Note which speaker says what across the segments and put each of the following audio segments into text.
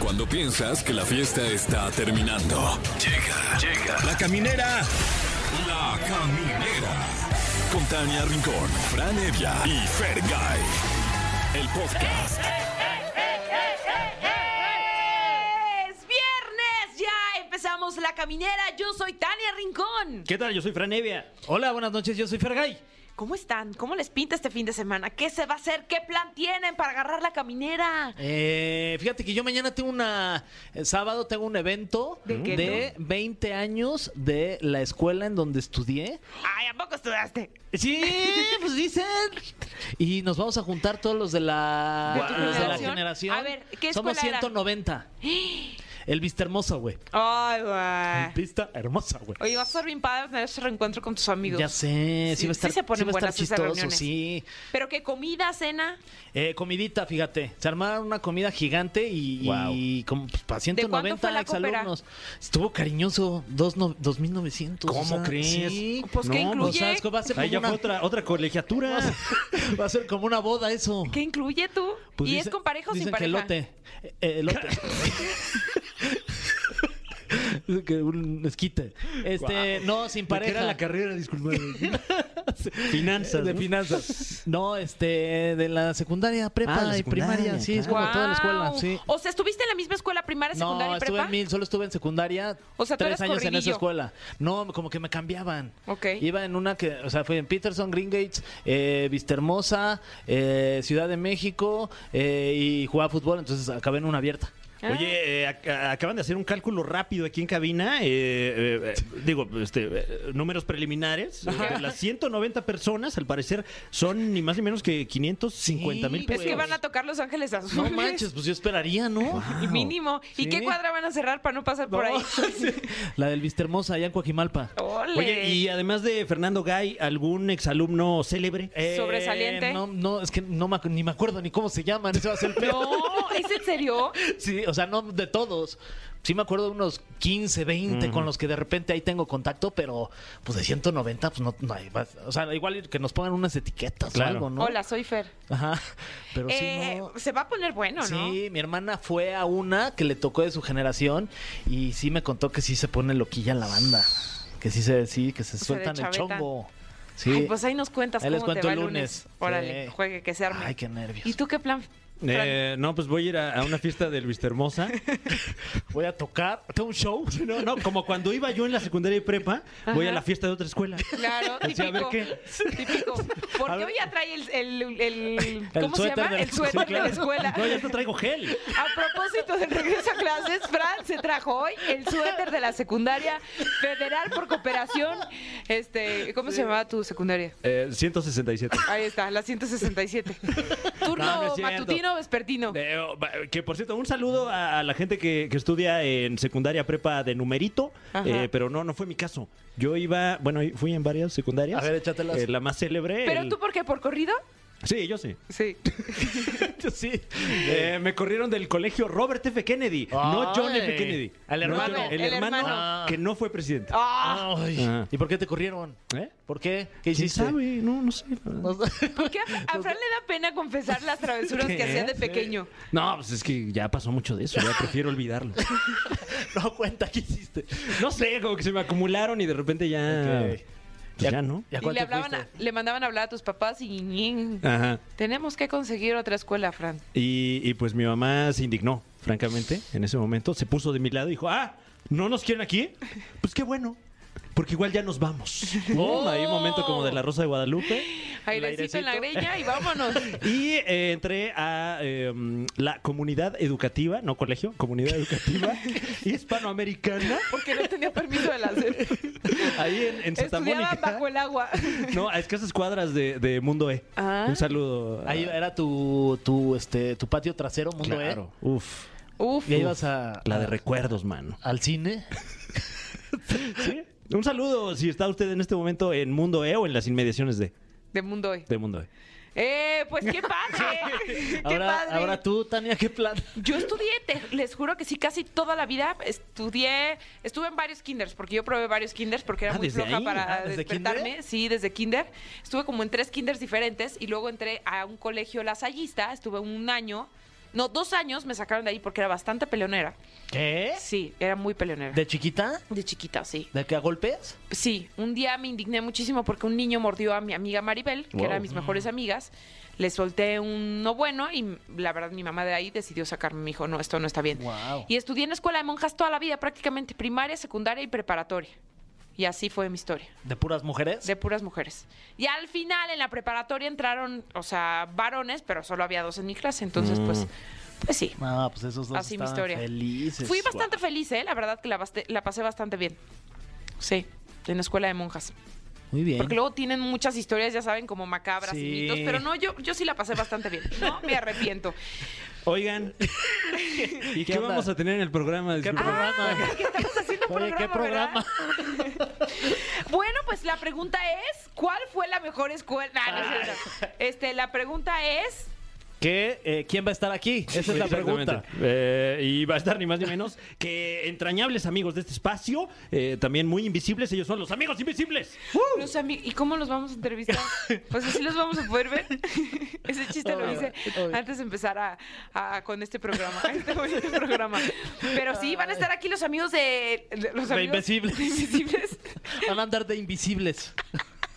Speaker 1: Cuando piensas que la fiesta está terminando. Llega, llega. La caminera. La caminera. Con Tania Rincón, Fran Evia y Fer El podcast.
Speaker 2: Es viernes, ya empezamos la caminera. Yo soy Tania Rincón.
Speaker 3: ¿Qué tal? Yo soy Fran Evia. Hola, buenas noches, yo soy Fergay.
Speaker 2: ¿Cómo están? ¿Cómo les pinta este fin de semana? ¿Qué se va a hacer? ¿Qué plan tienen para agarrar la caminera?
Speaker 3: Eh, fíjate que yo mañana tengo una. el sábado tengo un evento
Speaker 2: ¿De qué,
Speaker 3: 20 años de la escuela en donde estudié.
Speaker 2: Ay, ¿a poco estudiaste?
Speaker 3: Sí, pues dicen. Y nos vamos a juntar todos los de la,
Speaker 2: ¿De tu
Speaker 3: los de la
Speaker 2: generación?
Speaker 3: generación.
Speaker 2: A ver, ¿qué
Speaker 3: Somos
Speaker 2: escuela era?
Speaker 3: 190. El Vista Hermosa, güey.
Speaker 2: Ay, güey.
Speaker 3: Vista Hermosa, güey.
Speaker 2: Ah. Oye, va a ser bien padre tener ese reencuentro con tus amigos.
Speaker 3: Ya sé,
Speaker 2: Sí,
Speaker 3: sí, va a
Speaker 2: sí
Speaker 3: estar,
Speaker 2: se ponen
Speaker 3: va a estar
Speaker 2: buenas esas
Speaker 3: chistoso,
Speaker 2: reuniones.
Speaker 3: sí.
Speaker 2: Pero qué comida, cena.
Speaker 3: Eh, comidita, fíjate. Se armaron una comida gigante y,
Speaker 4: Guau.
Speaker 3: y como pues, para
Speaker 2: ¿De cuánto
Speaker 3: 190
Speaker 2: fue la cópera?
Speaker 3: exalumnos. Estuvo cariñoso, dos no- 2.900.
Speaker 4: ¿Cómo crees?
Speaker 3: sí.
Speaker 2: Pues, ¿qué
Speaker 3: No,
Speaker 2: incluye?
Speaker 3: o sea, es que va a ser
Speaker 4: Ahí
Speaker 3: como
Speaker 4: ya fue
Speaker 3: una,
Speaker 4: otra, otra colegiatura.
Speaker 3: va a ser como una boda eso.
Speaker 2: ¿Qué incluye tú?
Speaker 3: Pues
Speaker 2: ¿Y
Speaker 3: dicen-
Speaker 2: es con pareja o sin
Speaker 3: dicen
Speaker 2: pareja?
Speaker 3: que elote. Eh, eh, elote. Dicen que un esquite. Este, no, sin
Speaker 4: ¿De qué
Speaker 3: pareja.
Speaker 4: era la carrera, disculpa. Finanzas.
Speaker 3: De
Speaker 4: ¿no?
Speaker 3: finanzas. No, este, de la secundaria, prepa
Speaker 4: Ah, la
Speaker 3: y
Speaker 4: secundaria,
Speaker 3: primaria. Sí, es
Speaker 4: claro.
Speaker 3: como toda la escuela.
Speaker 2: Guau.
Speaker 3: Sí.
Speaker 2: O sea, ¿estuviste en la misma escuela primaria, secundaria
Speaker 3: No,
Speaker 2: y
Speaker 3: estuve
Speaker 2: prepa?
Speaker 3: en mil, solo estuve en secundaria.
Speaker 2: O sea, tú eras
Speaker 3: tres años en esa
Speaker 2: corridillo.
Speaker 3: escuela. No, como que me cambiaban.
Speaker 2: Ok.
Speaker 3: Iba en una que, o sea, fui en Peterson, Green Gates, eh, Vista Hermosa, eh, Ciudad de México eh, y jugaba fútbol, entonces acabé en una abierta.
Speaker 2: Ah.
Speaker 4: Oye, eh, ac- acaban de hacer un cálculo rápido aquí en cabina. eh, eh, eh, digo, este, eh, números preliminares. De las 190 personas, al parecer, son ni más ni menos que 550 mil
Speaker 3: Sí,
Speaker 2: Es
Speaker 4: pesos.
Speaker 2: que van a tocar Los Ángeles Azules.
Speaker 3: No manches, pues yo esperaría, ¿no?
Speaker 2: Y mínimo. ¿Y
Speaker 3: Sí.
Speaker 2: qué cuadra van a cerrar para no pasar por
Speaker 3: No,
Speaker 2: ahí? Oh,
Speaker 3: sí. La del Vista Hermosa, allá en Coajimalpa.
Speaker 2: Ole.
Speaker 4: Oye, y además de Fernando Gay, ¿algún exalumno célebre?
Speaker 3: Eh,
Speaker 2: Sobresaliente.
Speaker 3: No, no, es que no me, ac- ni me acuerdo ni cómo se llaman. Ese va a ser el peor.
Speaker 2: No, ¿es en serio?
Speaker 3: Sí, o sea, no de todos. Sí me acuerdo de unos 15, 20 con los que de repente ahí tengo contacto, pero pues de 190, pues no, no hay más. O sea, igual que nos pongan unas etiquetas
Speaker 4: Claro.
Speaker 3: o algo, ¿no?
Speaker 2: Hola, soy Fer.
Speaker 3: Ajá, pero
Speaker 2: Eh,
Speaker 3: sí no...
Speaker 2: Se va a poner bueno, ¿no?
Speaker 3: Sí, mi hermana fue a una que le tocó de su generación y sí me contó que sí se pone loquilla la banda. Que sí se, sí, que se
Speaker 2: Se
Speaker 3: sueltan el
Speaker 2: deschavetan.
Speaker 3: chongo. Sí.
Speaker 2: Ay, pues ahí nos cuentas
Speaker 3: Ahí les
Speaker 2: cómo te
Speaker 3: cuento
Speaker 2: va
Speaker 3: el
Speaker 2: el
Speaker 3: lunes.
Speaker 2: lunes. Órale,
Speaker 3: Sí.
Speaker 2: juegue, que se arme.
Speaker 3: Ay, qué nervios.
Speaker 2: ¿Y tú qué plan? Fran?
Speaker 4: Eh, no, pues voy a ir a, a una fiesta del Vista Hermosa.
Speaker 3: Voy a tocar, tengo un show.
Speaker 4: No, no, como cuando iba yo en la secundaria y prepa, voy
Speaker 2: Ajá.
Speaker 4: a la fiesta de otra escuela.
Speaker 2: Claro,
Speaker 4: Sí, a ver
Speaker 2: típico.
Speaker 4: qué.
Speaker 2: Típico.
Speaker 4: A
Speaker 2: Porque
Speaker 4: ver.
Speaker 2: hoy ya trae el, el, el-
Speaker 3: El
Speaker 2: ¿cómo se
Speaker 3: suéter
Speaker 2: llama?
Speaker 3: de la-
Speaker 2: el suéter
Speaker 4: Sí, claro.
Speaker 2: de la escuela.
Speaker 4: No, ya te traigo gel.
Speaker 2: A propósito del regreso a clases, Fran se trajo hoy el suéter de la secundaria federal por cooperación. Este, ¿cómo se llamaba tu secundaria?
Speaker 4: Eh, 167.
Speaker 2: Ahí está, la 167. Turno
Speaker 4: No, no es cierto.
Speaker 2: matutino o vespertino.
Speaker 4: Eh, oh, va- que por cierto, un saludo a, a la gente que, que estudia en secundaria prepa de numerito,
Speaker 2: Ajá.
Speaker 4: eh, pero no, no fue mi caso. Yo iba, bueno, fui en varias secundarias.
Speaker 3: A ver, échatelas.
Speaker 4: Eh, la más célebre.
Speaker 2: ¿Pero
Speaker 4: el-
Speaker 2: tú por qué? ¿Por corrido?
Speaker 4: Sí, yo sí.
Speaker 2: Sí.
Speaker 3: sí.
Speaker 4: Eh, me corrieron del colegio Robert F. Kennedy, no John F.
Speaker 3: Ay.
Speaker 4: Kennedy.
Speaker 3: Al
Speaker 4: No,
Speaker 3: hermano.
Speaker 4: John- el,
Speaker 2: El
Speaker 4: hermano,
Speaker 2: hermano.
Speaker 4: que no fue presidente.
Speaker 2: Ah,
Speaker 3: Ay,
Speaker 4: Ajá.
Speaker 3: ¿Y por qué te corrieron?
Speaker 4: ¿Eh?
Speaker 3: ¿Por qué? ¿Qué
Speaker 4: ¿Quién
Speaker 3: hiciste?
Speaker 4: sabe? No, no sé. la verdad.
Speaker 3: No sé.
Speaker 2: ¿Por qué a, a Fran le da pena confesar las travesuras que
Speaker 4: ¿Qué?
Speaker 2: hacía de pequeño?
Speaker 4: No, pues es que ya pasó mucho de eso, ya prefiero olvidarlo.
Speaker 3: No cuenta qué hiciste.
Speaker 4: No sé, como que se me acumularon y de repente ya.
Speaker 3: Ok.
Speaker 4: pues ya no.
Speaker 3: ¿Y a
Speaker 2: Y
Speaker 3: cuál
Speaker 2: le
Speaker 3: te
Speaker 2: hablaban, a-
Speaker 3: fuiste?
Speaker 2: le mandaban a hablar a tus papás y ñin.
Speaker 4: Ajá.
Speaker 2: Tenemos que conseguir otra escuela, Fran.
Speaker 4: Y, y pues mi mamá se indignó, francamente, en ese momento. Se puso de mi lado y dijo, ah, ¿no nos quieren aquí? Pues qué bueno, porque igual ya nos vamos.
Speaker 3: ¡Oh!
Speaker 4: Hay un momento como de la Rosa de Guadalupe.
Speaker 2: Airecito en la
Speaker 3: airecito.
Speaker 2: greña y vámonos.
Speaker 4: Y eh, entré a eh, mm, la comunidad educativa, no colegio, comunidad educativa hispanoamericana,
Speaker 2: Porque no tenía permiso de la SEP.
Speaker 4: ahí en, en Santa
Speaker 2: Estudiaban
Speaker 4: Mónica.
Speaker 2: bajo el agua.
Speaker 4: No, a escasas cuadras de, de Mundo E.
Speaker 2: Ah.
Speaker 4: Un saludo. a-
Speaker 3: Ahí era tu, tu, este, tu patio trasero, mundo E.
Speaker 4: claro. Uf.
Speaker 2: Uf.
Speaker 3: Y ahí ibas a,
Speaker 4: La de recuerdos, mano.
Speaker 3: al cine.
Speaker 4: Un saludo si está usted en este momento en Mundo E o en las inmediaciones de,
Speaker 2: De mundo hoy.
Speaker 4: de Mundo E.
Speaker 2: Eh, pues qué padre. qué
Speaker 3: Ahora,
Speaker 2: padre.
Speaker 3: ahora tú, Tania, ¿qué plan?
Speaker 2: Yo estudié, te- les juro que sí, casi toda la vida estudié, estuve en varios kinders, porque yo probé varios kinders porque era
Speaker 4: Ah,
Speaker 2: muy
Speaker 4: ¿desde
Speaker 2: floja
Speaker 4: ahí?
Speaker 2: para
Speaker 3: Ah, ¿desde
Speaker 2: despertarme.
Speaker 3: kinder?
Speaker 2: Sí, desde kinder. Estuve como en tres kinders diferentes y luego entré a un colegio lasallista, estuve un año. No, dos años me sacaron de ahí porque era bastante peleonera.
Speaker 3: ¿Qué?
Speaker 2: Sí, era muy peleonera.
Speaker 3: ¿De chiquita?
Speaker 2: de chiquita, sí.
Speaker 3: ¿De que a golpes?
Speaker 2: Sí, un día me indigné muchísimo porque un niño mordió a mi amiga Maribel, que
Speaker 4: Wow.
Speaker 2: era de mis mejores amigas. Le solté un no bueno y la verdad mi mamá de ahí decidió sacarme. Me dijo, no, esto no está bien.
Speaker 3: Wow.
Speaker 2: Y estudié en la escuela de monjas toda la vida, prácticamente primaria, secundaria y preparatoria. Y así fue mi historia,
Speaker 3: ¿De puras mujeres?
Speaker 2: de puras mujeres. Y al final en la preparatoria entraron, o sea, varones, pero solo había dos en mi clase. Entonces, pues, pues sí.
Speaker 3: No, pues esos dos
Speaker 2: Así mi
Speaker 3: estaban
Speaker 2: historia.
Speaker 3: felices.
Speaker 2: Fui bastante feliz, ¿eh? La verdad que la, baste- la pasé bastante bien. Sí, en la escuela de monjas.
Speaker 3: Guau. Muy bien.
Speaker 2: Porque luego tienen muchas historias, ya saben, como macabras
Speaker 3: Sí.
Speaker 2: y mitos. Pero no, yo, yo sí la pasé bastante bien. No me arrepiento.
Speaker 4: Oigan, ¿y qué,
Speaker 3: onda?
Speaker 4: vamos a tener en el programa?
Speaker 3: ¿Qué
Speaker 4: Disculpa.
Speaker 3: programa?
Speaker 2: Ah, ¿Qué estamos haciendo
Speaker 3: Oye, ¿qué
Speaker 2: programa,
Speaker 3: programa?
Speaker 2: ¿verdad? Bueno, pues la pregunta es, ¿cuál fue la mejor escuela? Nah, no
Speaker 3: Ah.
Speaker 2: es cierto. Este, la pregunta es,
Speaker 3: ¿Qué, eh, ¿Quién va a estar aquí? Esa es la pregunta.
Speaker 4: Exactamente. Eh, y va a estar ni más ni menos que entrañables amigos de este espacio, eh, también muy invisibles. Ellos son los amigos invisibles.
Speaker 2: los ami- ¿y cómo los vamos a entrevistar? O sea, ¿sí los vamos a poder ver? Ese chiste lo
Speaker 3: Obvio,
Speaker 2: hice
Speaker 3: obvio.
Speaker 2: antes de empezar a, a- con este programa, este bonito programa. Pero sí, van a estar aquí los amigos de... de- los
Speaker 3: De
Speaker 2: amigos
Speaker 3: Invisibles.
Speaker 2: de Invisibles.
Speaker 3: Van a andar de invisibles.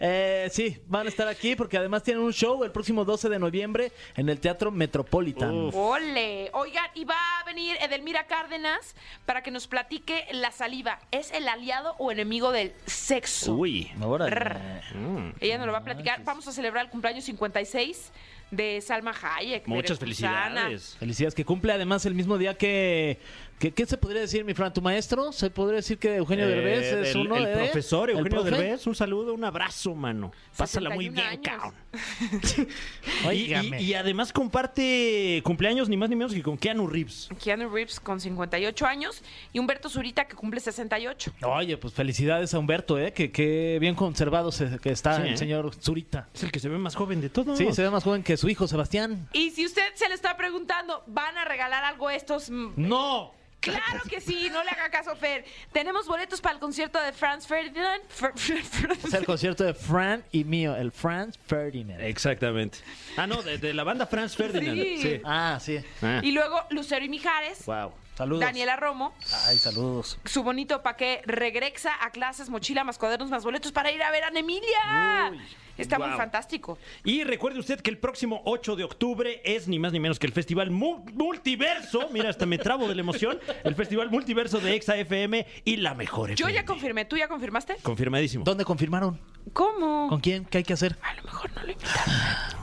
Speaker 3: Eh, sí, van a estar aquí porque además tienen un show el próximo 12 de noviembre en el Teatro Metropolitan.
Speaker 4: Uf.
Speaker 2: Ole. Oigan, y va a venir Edelmira Cárdenas para que nos platique la saliva. ¿Es el aliado o enemigo del sexo?
Speaker 4: Uy.
Speaker 3: Órale.
Speaker 2: Brr.
Speaker 4: Mm.
Speaker 2: Ella nos lo va a platicar. Vamos a celebrar el cumpleaños 56 de Salma Hayek. de
Speaker 4: Muchas
Speaker 2: Veracruzana.
Speaker 4: felicidades.
Speaker 3: Felicidades, que cumple además el mismo día que, que- ¿Qué se podría decir, mi Fran? ¿Tu maestro? ¿Se podría decir que Eugenio
Speaker 4: Eh,
Speaker 3: Derbez es
Speaker 4: el,
Speaker 3: uno
Speaker 4: el
Speaker 3: de...?
Speaker 4: profesor
Speaker 3: ¿El
Speaker 4: Eugenio
Speaker 3: profe?
Speaker 4: Derbez, un saludo, un abrazo, mano. Pásala muy
Speaker 2: 61
Speaker 4: bien,
Speaker 2: años.
Speaker 4: cabrón. Y,
Speaker 3: Óigame.
Speaker 4: y- y además comparte cumpleaños ni más ni menos que con Keanu Reeves.
Speaker 2: Keanu Reeves con 58 años y Humberto Zurita que cumple 68.
Speaker 3: Oye, pues felicidades a Humberto, ¿eh? Que, que bien conservado se- que está
Speaker 4: Sí,
Speaker 3: el
Speaker 4: ¿eh?
Speaker 3: señor Zurita.
Speaker 4: Es el que se ve más joven de todos.
Speaker 3: Sí, se ve más joven que su hijo, Sebastián.
Speaker 2: Y si usted se le está preguntando, ¿van a regalar algo a estos mm,
Speaker 3: ¡No!
Speaker 2: Claro que sí, no le haga caso, Fer. Tenemos boletos para el concierto de Franz Ferdinand. Fer- Fer- Fer-
Speaker 3: Es el concierto de Fran y mío, el Franz Ferdinand.
Speaker 4: Exactamente. Ah, no, de, de la banda Franz Ferdinand.
Speaker 2: Sí.
Speaker 3: Ah, sí.
Speaker 4: Ah.
Speaker 2: Y luego Lucero y Mijares,
Speaker 3: Wow. Saludos.
Speaker 2: Daniela Romo,
Speaker 3: Ay, saludos.
Speaker 2: su bonito paquete regresa a clases, mochila, más cuadernos, más boletos para ir a ver a Emilia.
Speaker 4: Uy,
Speaker 2: Está muy
Speaker 4: guau.
Speaker 2: fantástico.
Speaker 4: Y recuerde usted que el próximo 8 de octubre es ni más ni menos que el Festival Mu- Multiverso. Mira, hasta me trabo de la emoción. El Festival Multiverso de Exa FM y la mejor
Speaker 2: Yo
Speaker 4: FM.
Speaker 2: ya confirmé, ¿tú ya confirmaste?
Speaker 4: Confirmadísimo.
Speaker 3: ¿Dónde confirmaron?
Speaker 2: ¿Cómo?
Speaker 3: ¿Con quién? ¿Qué hay que hacer?
Speaker 2: A lo mejor no lo invitaron.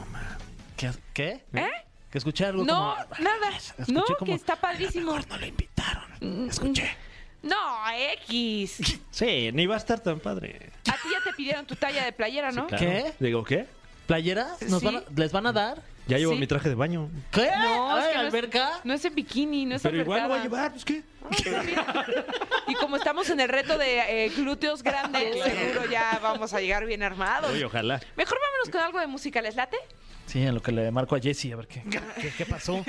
Speaker 3: ¿Qué? ¿Qué?
Speaker 2: ¿Eh?
Speaker 3: ¿Que escuchar algo
Speaker 2: No,
Speaker 3: como-
Speaker 2: nada.
Speaker 3: Escuché
Speaker 2: No,
Speaker 3: como-
Speaker 2: que está padrísimo. Mm,
Speaker 3: No lo invitaron. Escuché.
Speaker 2: No, X.
Speaker 4: Sí, ni va a estar tan padre.
Speaker 2: A ti ya te pidieron tu talla de playera, ¿no?
Speaker 4: Claro.
Speaker 3: ¿Qué?
Speaker 4: Digo, ¿qué?
Speaker 3: ¿Playeras? ¿Nos
Speaker 2: Sí.
Speaker 3: van a- ¿Les van a dar?
Speaker 4: Ya llevo
Speaker 2: Sí.
Speaker 4: mi traje de baño.
Speaker 3: ¿Qué?
Speaker 2: No, es
Speaker 3: Ay,
Speaker 2: que no es-
Speaker 3: alberca.
Speaker 2: No es en bikini, no es
Speaker 4: Pero igual lo
Speaker 2: apretada.
Speaker 4: voy a llevar, pues qué.
Speaker 2: Y como estamos en el reto de eh, glúteos grandes, seguro ya vamos a llegar bien armados.
Speaker 4: Uy, ojalá.
Speaker 2: Mejor vámonos con algo de música, ¿les late?
Speaker 3: Sí, en lo que le marco a Jesse, a ver qué, qué, qué pasó.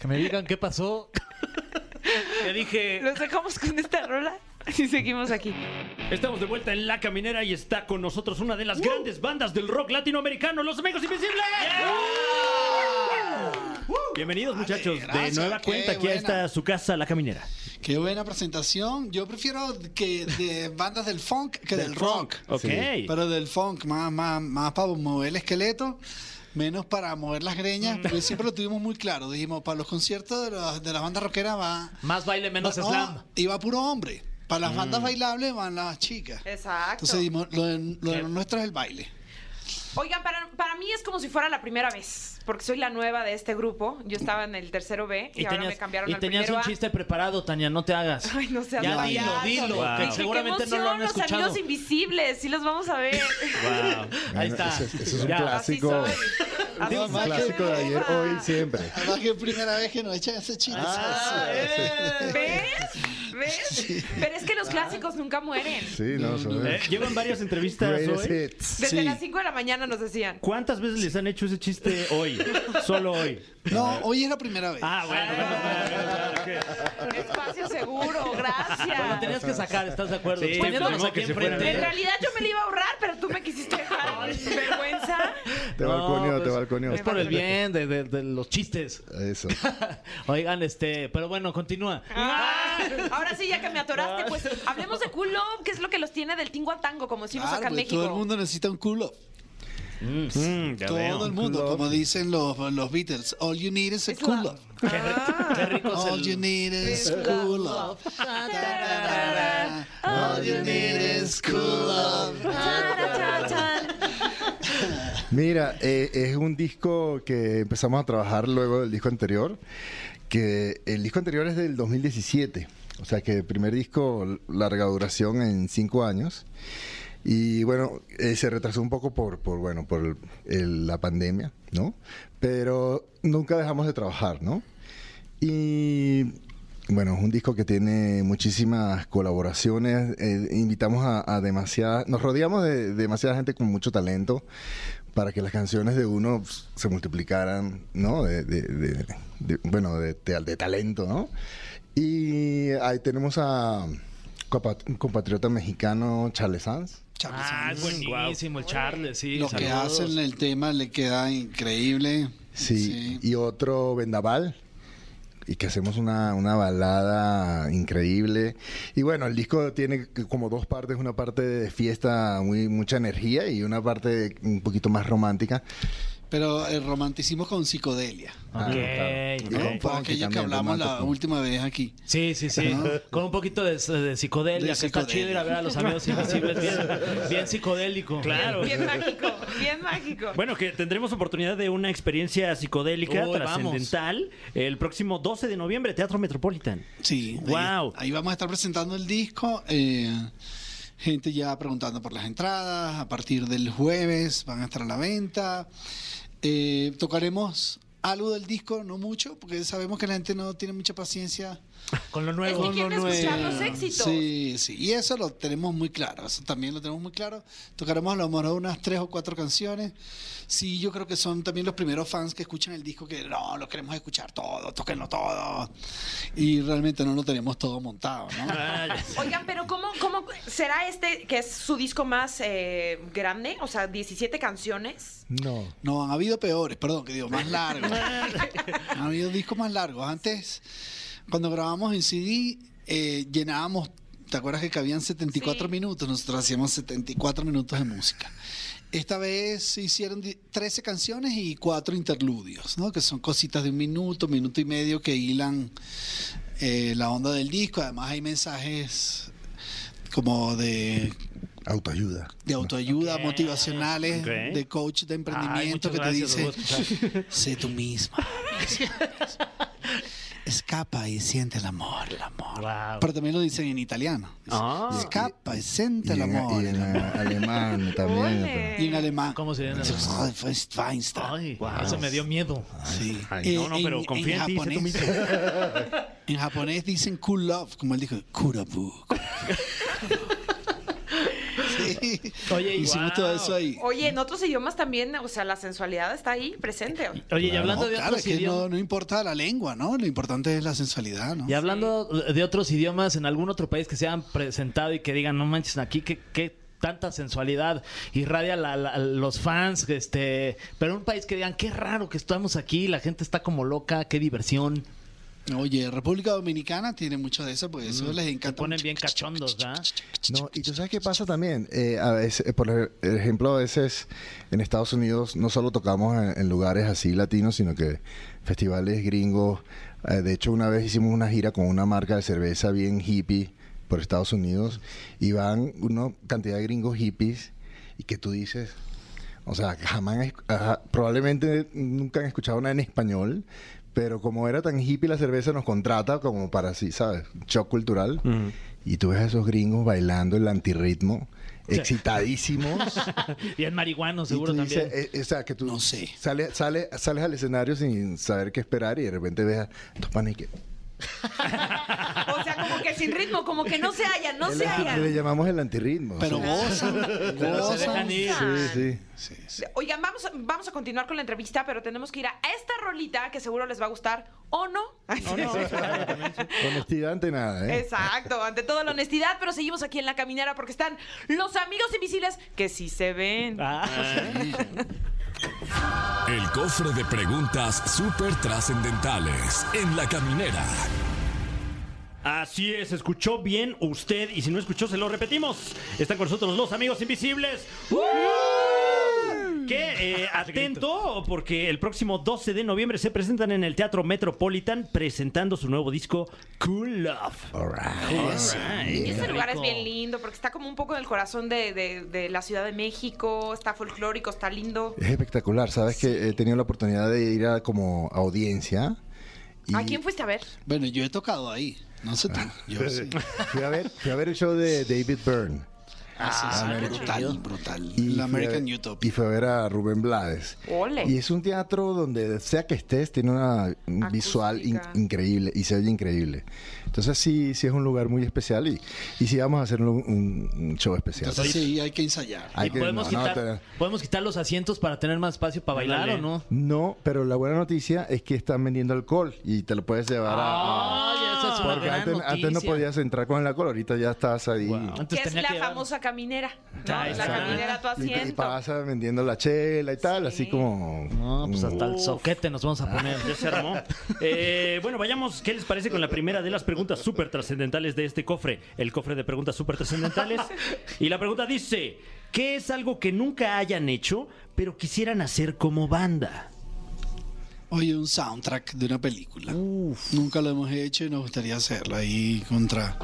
Speaker 3: Que me digan qué pasó. Le dije.
Speaker 2: Los dejamos con esta rola y seguimos aquí.
Speaker 4: Estamos de vuelta en La Caminera y está con nosotros una de las grandes bandas del rock latinoamericano, Los Amigos Invisibles. ¡Uh! Bienvenidos muchachos
Speaker 5: gracias,
Speaker 4: de nueva
Speaker 5: qué
Speaker 4: cuenta aquí a
Speaker 5: buena.
Speaker 4: esta su casa La Caminera.
Speaker 5: Qué buena presentación. Yo prefiero que de bandas del funk que del, rock.
Speaker 4: Ok. Sí.
Speaker 5: Pero del funk, más, más, más para mover el esqueleto, menos para mover las greñas.
Speaker 2: Mm.
Speaker 5: Porque siempre lo tuvimos muy claro. Dijimos, para los conciertos de, las- de las bandas rockeras va.
Speaker 3: Más baile, menos
Speaker 4: Oh,
Speaker 5: va- no,
Speaker 3: slam.
Speaker 5: y va puro hombre. Para las bandas bailables van las chicas.
Speaker 2: Exacto.
Speaker 5: Entonces dijimos, lo, de- lo de nuestro es el baile.
Speaker 2: Oigan, para, para mí es como si fuera la primera vez, porque soy la nueva de este grupo. Yo estaba en el tercero B y, ahora me cambiaron
Speaker 3: y
Speaker 2: al
Speaker 3: tenías
Speaker 2: primero
Speaker 3: un
Speaker 2: A.
Speaker 3: chiste preparado, Tania, no te hagas.
Speaker 2: Ay, no seas
Speaker 3: Ya
Speaker 2: payaso.
Speaker 3: dilo, dilo,
Speaker 4: Wow.
Speaker 3: que
Speaker 4: Dije,
Speaker 3: seguramente
Speaker 2: qué
Speaker 3: no lo han
Speaker 2: emoción,
Speaker 3: escuchado.
Speaker 2: Los amigos invisibles, sí los vamos a ver.
Speaker 4: Wow.
Speaker 3: Ahí está.
Speaker 6: Ese, es- ese es un
Speaker 3: Ya.
Speaker 6: clásico.
Speaker 2: Así soy. Así
Speaker 5: No,
Speaker 6: un
Speaker 5: más
Speaker 2: soy.
Speaker 6: clásico de ayer,
Speaker 2: Eva.
Speaker 6: hoy, siempre.
Speaker 5: Además que es primera vez que nos echan ese chiste.
Speaker 2: Ah. ¿Ves? ¿Ves? Pero es que los clásicos nunca mueren.
Speaker 6: Sí, no, son
Speaker 4: Eh, llevan varias entrevistas
Speaker 6: greatest
Speaker 4: hoy.
Speaker 6: hits.
Speaker 2: Desde
Speaker 5: Sí.
Speaker 2: las 5 de la mañana nos decían.
Speaker 4: ¿Cuántas veces les han hecho ese chiste hoy? hoy. Solo hoy.
Speaker 5: No, hoy es la primera vez.
Speaker 4: Ah, bueno, menos mal, menos mal, ok.
Speaker 2: Espacio seguro, gracias.
Speaker 3: Bueno, tenías que sacar, ¿estás de acuerdo?
Speaker 4: Sí,
Speaker 3: Teniéndolos
Speaker 4: pues, ni modo
Speaker 3: aquí
Speaker 4: que se
Speaker 3: enfrente.
Speaker 4: fueran.
Speaker 2: En realidad yo me la iba a ahorrar, pero tú me quisiste dejar. Vergüenza.
Speaker 6: Te
Speaker 3: No,
Speaker 6: balconeó, te
Speaker 3: pues,
Speaker 6: balconeó.
Speaker 3: Es por el bien de, de- de los chistes.
Speaker 6: Eso.
Speaker 3: Oigan, este, pero bueno, continúa.
Speaker 2: Ah, ahora sí, ya que me atoraste, pues
Speaker 4: Ah.
Speaker 2: hablemos de cool love, que es lo que los tiene del tingo al tango, como decimos
Speaker 5: Claro,
Speaker 2: acá en
Speaker 5: pues,
Speaker 2: México.
Speaker 5: todo el mundo necesita un culo.
Speaker 4: Mm, ya
Speaker 5: Todo
Speaker 4: veo.
Speaker 5: el mundo,
Speaker 6: culo.
Speaker 5: como dicen los, los Beatles. All you need is a
Speaker 2: Es
Speaker 5: cool
Speaker 2: la-
Speaker 5: love.
Speaker 3: Qué, ri- qué rico es
Speaker 5: All you
Speaker 3: el...
Speaker 5: need is
Speaker 2: Es
Speaker 5: cool
Speaker 2: la-
Speaker 5: love. All you need is cool love.
Speaker 6: Mira, eh, es un disco que empezamos a trabajar luego del disco anterior, que el disco anterior es del 2017, o sea que el primer disco, larga duración en cinco años, y bueno, eh, se retrasó un poco por, por bueno, por el- el- la pandemia, ¿no? Pero nunca dejamos de trabajar, ¿no? Y bueno, es un disco que tiene muchísimas colaboraciones. eh, invitamos a, a demasiada, nos rodeamos de demasiada gente con mucho talento para que las canciones de uno pues, se multiplicaran, ¿no? De, de- de- de- bueno, de, de- de talento, ¿no? Y ahí tenemos a compa- un compatriota mexicano, Charles Sanz.
Speaker 5: Charles
Speaker 3: Ah, es
Speaker 5: Sanz.
Speaker 3: buenísimo el Charles, sí.
Speaker 5: Lo que
Speaker 3: saludos.
Speaker 5: hacen el tema le queda increíble.
Speaker 6: Sí,
Speaker 5: Sí.
Speaker 6: y otro vendaval. Y que hacemos una, una balada increíble. Y bueno, el disco tiene como dos partes, una parte de fiesta, muy, mucha energía, y una parte un poquito más romántica.
Speaker 5: Pero el romanticismo con psicodelia.
Speaker 3: Ok.
Speaker 6: claro.
Speaker 5: ¿no?
Speaker 6: Y
Speaker 3: ok.
Speaker 6: un
Speaker 5: Por
Speaker 6: Ah, funky
Speaker 5: aquello que
Speaker 6: también,
Speaker 5: hablamos la
Speaker 6: romántico.
Speaker 5: última vez aquí.
Speaker 3: Sí, sí, sí. Con un poquito de, de psicodelia,
Speaker 5: De
Speaker 3: que está
Speaker 5: psicodelia.
Speaker 3: chido ir a ver a los amigos invisibles, bien, bien psicodélico.
Speaker 4: Claro.
Speaker 2: Bien mágico, bien mágico.
Speaker 4: Bueno, que tendremos oportunidad de una experiencia psicodélica
Speaker 3: Uy,
Speaker 4: trascendental el próximo 12 de noviembre, Teatro Metropolitan.
Speaker 5: Sí. ahí-
Speaker 4: Wow.
Speaker 5: Ahí, vamos a estar presentando el disco. eh, gente ya preguntando por las entradas. A partir del jueves van a estar a la venta. Eh, tocaremos algo del disco, no mucho, porque sabemos que la gente no tiene mucha paciencia.
Speaker 3: Con
Speaker 2: Es
Speaker 3: lo
Speaker 2: que
Speaker 3: nuevo.
Speaker 5: con
Speaker 2: quieren
Speaker 5: lo
Speaker 2: escuchar
Speaker 5: nuevo.
Speaker 2: los éxitos.
Speaker 5: Sí, sí. Y eso lo tenemos muy claro. Eso también lo tenemos muy claro. Tocaremos a lo mejor unas tres o cuatro canciones. Sí, yo creo que son también los primeros fans que escuchan el disco que no, lo queremos escuchar todo, tóquenlo todo. Y realmente no lo tenemos todo montado, ¿no?
Speaker 2: Oigan, pero ¿cómo, cómo será este que es su disco más eh, grande? O sea, 17 canciones.
Speaker 6: No.
Speaker 5: No, han habido peores, perdón, que digo, más largos. han habido discos más largos. Antes, cuando grabábamos en CD, eh, llenábamos, ¿te acuerdas que cabían 74
Speaker 2: Sí.
Speaker 5: minutos? Nosotros hacíamos 74 minutos de música. Esta vez se hicieron di- 13 canciones y 4 interludios, ¿no? que son cositas de un minuto, minuto y medio que hilan eh, la onda del disco. Además hay mensajes como de
Speaker 6: Autoayuda.
Speaker 5: de autoayuda,
Speaker 4: Ok,
Speaker 5: motivacionales,
Speaker 4: ok.
Speaker 5: de coach de emprendimiento
Speaker 3: Ay,
Speaker 5: que
Speaker 3: muchas
Speaker 5: te
Speaker 3: gracias,
Speaker 5: dice, sé tú misma. Escapa y siente el amor, el amor.
Speaker 3: Wow.
Speaker 5: Pero también lo dicen en italiano.
Speaker 4: Ah.
Speaker 5: Escapa y siente
Speaker 6: Y
Speaker 5: el
Speaker 6: en,
Speaker 5: amor.
Speaker 6: y en,
Speaker 5: el amor".
Speaker 6: eh, alemán también.
Speaker 2: Ole.
Speaker 5: Y en alemán.
Speaker 3: ¿Cómo se llama?
Speaker 5: Feinstein.
Speaker 3: Ay, eso me dio miedo.
Speaker 5: Sí.
Speaker 4: Ay, no,
Speaker 5: Eh,
Speaker 4: no, pero confía en ti, sé tú
Speaker 5: japonés- en japonés dicen cool love, como él dijo, kurabu. sí.
Speaker 3: Oye, y
Speaker 5: Hicimos
Speaker 3: guau.
Speaker 5: todo eso ahí.
Speaker 2: Oye, en otros idiomas también, o sea, la sensualidad está ahí presente.
Speaker 3: Oye, y hablando
Speaker 5: No,
Speaker 3: de
Speaker 5: claro,
Speaker 3: otros
Speaker 5: es que
Speaker 3: idiomas.
Speaker 5: no, no importa la lengua, ¿no? Lo importante es la sensualidad, ¿no?
Speaker 3: Y hablando de otros idiomas, en algún otro país que se han presentado y que digan, no manches, aquí que, tanta sensualidad irradia la- la- los fans, este, pero un país que digan, qué raro que estamos aquí, la gente está como loca, qué diversión.
Speaker 5: Oye, República Dominicana tiene mucho de eso, porque eso les
Speaker 3: Mm. Se
Speaker 5: encanta.
Speaker 3: ponen
Speaker 5: mucho.
Speaker 3: bien cachondos, ¿verdad?
Speaker 6: No, y tú sabes qué pasa también. Eh, a veces, eh, por ej- ejemplo, a veces en Estados Unidos no solo tocamos en, en lugares así latinos, sino que festivales gringos. Eh, de hecho, una vez hicimos una gira con una marca de cerveza bien hippie por Estados Unidos y van una cantidad de gringos hippies y que tú dices. O sea, jamás, han esc- ajá, probablemente nunca han escuchado una en español, pero como era tan hippie la cerveza nos contrata como para así, ¿sabes? Shock cultural.
Speaker 4: Mm.
Speaker 6: Y tú ves a esos gringos bailando el antirritmo, excitadísimos.
Speaker 3: Bien marihuano,
Speaker 6: y
Speaker 3: seguro
Speaker 6: tú dices,
Speaker 3: también.
Speaker 6: eh, eh, o sea, que tú
Speaker 5: No sé.
Speaker 6: sale- sale- sales al escenario sin saber qué esperar y de repente ves a tus panes y que...
Speaker 2: O sea, como que sin ritmo, como que no se hallan, no
Speaker 6: El
Speaker 2: se
Speaker 6: anti- le
Speaker 2: hallan.
Speaker 6: llamamos el antirritmo.
Speaker 5: Pero
Speaker 6: Sí,
Speaker 5: gozan,
Speaker 3: Pero se
Speaker 5: gozan.
Speaker 3: dejan ir.
Speaker 6: sí, sí.
Speaker 5: Sí, sí.
Speaker 2: Oigan, vamos, vamos a continuar con la entrevista, pero tenemos que ir a esta rolita que seguro les va a gustar o no.
Speaker 6: Honestidad ante nada, ¿eh?
Speaker 2: Exacto, ante toda la honestidad, pero seguimos aquí en la caminera porque están los amigos invisibles que sí se ven.
Speaker 3: Ah,
Speaker 6: ah,
Speaker 1: El cofre de preguntas súper trascendentales en la caminera.
Speaker 4: Así es, escuchó bien usted y si no escuchó se lo repetimos. Están con nosotros los amigos invisibles. Que eh, atento porque el próximo 12 de noviembre se presentan en el Teatro Metropolitan presentando su nuevo disco Cool Love.
Speaker 6: All right.
Speaker 2: Y este lugar es bien lindo porque está como un poco en el corazón de, de- de la Ciudad de México, está folclórico, está lindo.
Speaker 6: Es espectacular, sabes que he tenido la oportunidad de ir a como audiencia. y-
Speaker 2: ¿A quién fuiste a ver?
Speaker 5: Bueno, yo he tocado ahí. No sé tú.
Speaker 6: Ah.
Speaker 5: Yo sí.
Speaker 6: Fui a ver, fui a ver el show de David Byrne.
Speaker 5: Ah, sí, sí, brutal, brutal.
Speaker 6: Y
Speaker 5: La
Speaker 6: fui a-
Speaker 5: American
Speaker 6: Y
Speaker 5: Utopia.
Speaker 6: fue a ver a Rubén Blades.
Speaker 2: Ole.
Speaker 6: Y es un teatro donde sea que estés, tiene una un visual in-
Speaker 2: Acústica.
Speaker 6: increíble y se oye increíble. Entonces sí, sí es un lugar muy especial y, y sí vamos a hacer un, un- un show especial.
Speaker 5: Entonces sí, hay que ensayar.
Speaker 6: Hay
Speaker 3: ¿Y
Speaker 6: que-
Speaker 3: podemos,
Speaker 6: no, no,
Speaker 3: quitar,
Speaker 6: te-
Speaker 3: podemos quitar los asientos para tener más espacio para bailar
Speaker 4: Ándale.
Speaker 3: o no?
Speaker 6: no, pero la buena noticia es que están vendiendo alcohol y te lo puedes llevar
Speaker 2: Ah,
Speaker 6: a... a-
Speaker 3: Ay, esa es una
Speaker 6: ah, Porque
Speaker 3: gran
Speaker 6: antes, antes no
Speaker 3: noticia.
Speaker 6: podías entrar con el alcohol, ahorita ya estás ahí.
Speaker 3: Antes
Speaker 2: Que es
Speaker 3: tenía
Speaker 2: la
Speaker 3: que llevar-
Speaker 2: famosa caminera. ¿no?
Speaker 3: Ahí
Speaker 2: La
Speaker 3: está.
Speaker 2: caminera a tu
Speaker 6: Y, y
Speaker 2: asiento.
Speaker 6: pasa vendiendo la chela y tal, así como...
Speaker 3: No, pues hasta el soquete nos vamos a poner.
Speaker 6: Ah,
Speaker 4: Ya se armó. Eh, bueno, vayamos. ¿Qué les parece con la primera de las preguntas súper trascendentales de este cofre? El cofre de preguntas súper trascendentales. Y la pregunta dice: ¿Qué es algo que nunca hayan hecho, pero quisieran hacer como banda?
Speaker 5: Oye, un soundtrack de una película. Nunca lo hemos hecho y nos gustaría hacerlo ahí contra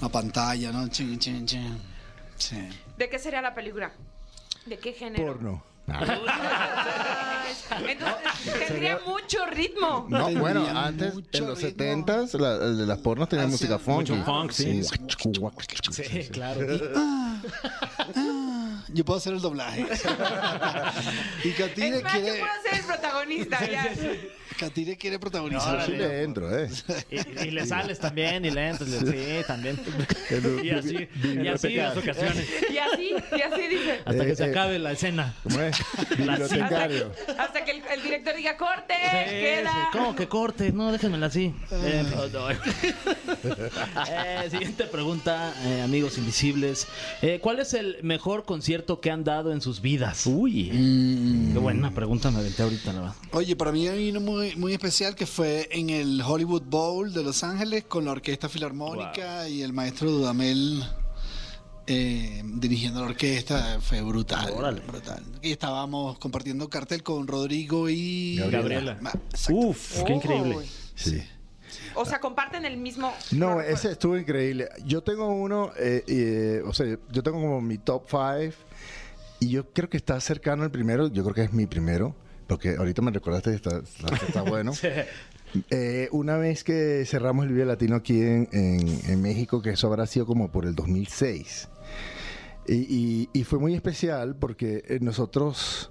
Speaker 5: la pantalla, ¿no? Chin, chin, chin. Sí.
Speaker 2: ¿De qué sería la película? ¿De qué género?
Speaker 6: Porno.
Speaker 2: Ay, Entonces tendría mucho ritmo.
Speaker 6: No,
Speaker 5: Tenía
Speaker 6: bueno, antes,
Speaker 5: mucho
Speaker 6: en los
Speaker 5: ritmo.
Speaker 6: 70s, la- el de las pornos tenía
Speaker 5: Hacía
Speaker 6: música funk.
Speaker 4: mucho funk, sí.
Speaker 3: Sí, claro.
Speaker 5: Ah, Yo puedo hacer el doblaje. y Katire
Speaker 2: Es más, yo
Speaker 5: quiere,
Speaker 2: puedo ser el protagonista. ya.
Speaker 5: Katire quiere
Speaker 6: Sí,
Speaker 5: protagonizar.
Speaker 6: sí le entro, ¿eh?
Speaker 3: Y, y le sales también, y le entras. le- Sí, también.
Speaker 6: El-
Speaker 4: Y así, y así las ocasiones.
Speaker 2: Y así, y así dice.
Speaker 3: Hasta que se
Speaker 6: Eh, eh.
Speaker 3: acabe la escena.
Speaker 6: ¿Cómo es?
Speaker 2: Hasta que,
Speaker 6: Bibliotecario.
Speaker 2: hasta que el, el director diga corte,
Speaker 3: Sí, sí.
Speaker 2: queda.
Speaker 3: Eh, ¿Cómo que corte? No, déjenmela así.
Speaker 5: Ah.
Speaker 3: Eh, no, no. Eh, siguiente pregunta, eh, amigos invisibles. Eh, ¿Cuál es el mejor concierto que han dado en sus vidas? Uy, qué buena pregunta me aventé ahorita, la verdad.
Speaker 5: Oye, para mí hay uno muy, muy especial que fue en el Hollywood Bowl de Los Ángeles con la Orquesta Filarmónica y el maestro Dudamel eh, dirigiendo la orquesta. Fue brutal.
Speaker 3: Órale.
Speaker 5: brutal. Y estábamos compartiendo cartel con Rodrigo y
Speaker 6: Gabriela.
Speaker 5: Ma- exacto.
Speaker 4: Uf, qué increíble.
Speaker 2: Uy.
Speaker 6: Sí.
Speaker 2: O sea, comparten el mismo.
Speaker 6: No,
Speaker 2: recuerdo.
Speaker 6: ese estuvo increíble. Yo tengo uno, eh, eh, o sea, yo tengo como mi top five y yo creo que está cercano al primero. Yo creo que es mi primero, porque ahorita me recordaste que está, está- está bueno. Eh, una vez que cerramos el Vive Latino aquí en, en- en México, que eso habrá sido como por el 2006. Y, y- y fue muy especial porque eh, nosotros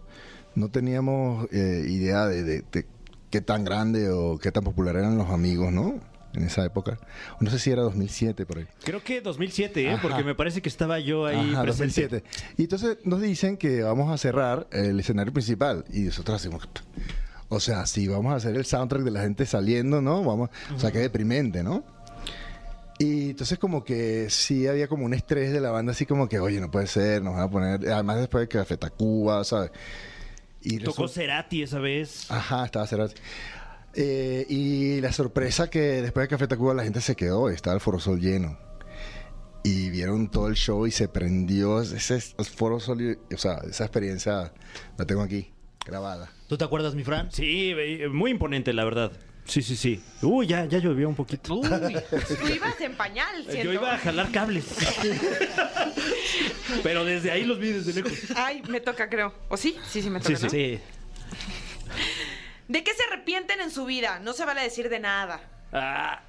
Speaker 6: no teníamos eh, idea de, de- de qué tan grande o qué tan popular eran los amigos, ¿no? En esa época. No sé si era 2007 por ahí.
Speaker 4: Creo que 2007, ¿eh?
Speaker 6: Ajá.
Speaker 4: porque me parece que estaba yo ahí
Speaker 6: Ajá,
Speaker 4: presente.
Speaker 6: 2007. Y entonces nos dicen que vamos a cerrar el escenario principal y nosotros hacemos... O sea, si vamos a hacer el soundtrack de la gente saliendo, ¿no? Vamos, O sea, qué deprimente, ¿no? Y entonces como que sí había como un estrés de la banda, así como que, oye, no puede ser, nos van a poner... Además después de Café Tacuba, ¿sabes? Y
Speaker 4: Tocó
Speaker 6: resulta-
Speaker 4: Cerati esa vez.
Speaker 6: Ajá, estaba cerrado. Eh, y la sorpresa que después de Café Tacuba la gente se quedó, estaba el Foro Sol lleno. Y vieron todo el show y se prendió ese es- Foro Sol. y- O sea, esa experiencia la tengo aquí, grabada.
Speaker 3: ¿Tú te acuerdas, mi Fran?
Speaker 4: Sí, eh, muy imponente, la verdad. Sí, sí, sí. Uy, ya, ya llovió un poquito.
Speaker 2: Tú ibas en pañal, siento.
Speaker 4: Yo iba a jalar cables. Pero desde ahí los vi desde lejos.
Speaker 2: Ay, me toca, creo. ¿O sí? Sí, sí, me toca. ¿no?
Speaker 4: sí.
Speaker 2: ¿De qué se arrepienten en su vida? No se vale decir de nada.
Speaker 4: Ah,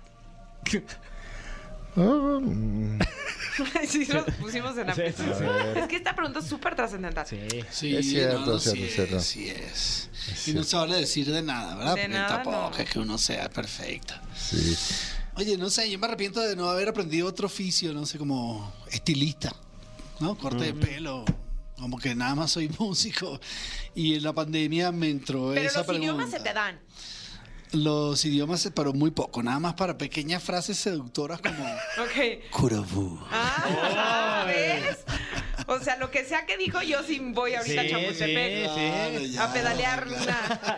Speaker 6: Ah, mm.
Speaker 2: sí, nos pusimos en aprietos.
Speaker 3: Sí, sí, sí.
Speaker 6: A ver.
Speaker 2: Es que esta pregunta es súper trascendental.
Speaker 3: Sí.
Speaker 5: Sí,
Speaker 6: Es cierto,
Speaker 5: no,
Speaker 6: es cierto,
Speaker 5: sí
Speaker 6: es cierto.
Speaker 5: sí es. Y
Speaker 6: cierto.
Speaker 5: no se vale decir de nada, ¿verdad?
Speaker 2: De
Speaker 5: Porque
Speaker 2: nada,
Speaker 5: tampoco
Speaker 2: no.
Speaker 5: es que uno sea perfecta.
Speaker 6: Sí.
Speaker 5: Oye, no sé, yo me arrepiento de no haber aprendido otro oficio, no sé, como estilista, ¿no? Corte de pelo. Como que nada más soy músico. Y en la pandemia me entró
Speaker 2: Pero
Speaker 5: esa
Speaker 2: los
Speaker 5: pregunta.
Speaker 2: idiomas se te dan.
Speaker 5: Los idiomas, se- pero muy poco. Nada más para pequeñas frases seductoras como...
Speaker 2: Ok.
Speaker 5: Kurabu.
Speaker 2: Ah, ¿ves? O sea, lo que sea que dijo, yo sí voy ahorita a
Speaker 3: Sí,
Speaker 2: Chapultepec.
Speaker 3: sí,
Speaker 5: Claro, ya,
Speaker 2: a pedalear
Speaker 5: claro.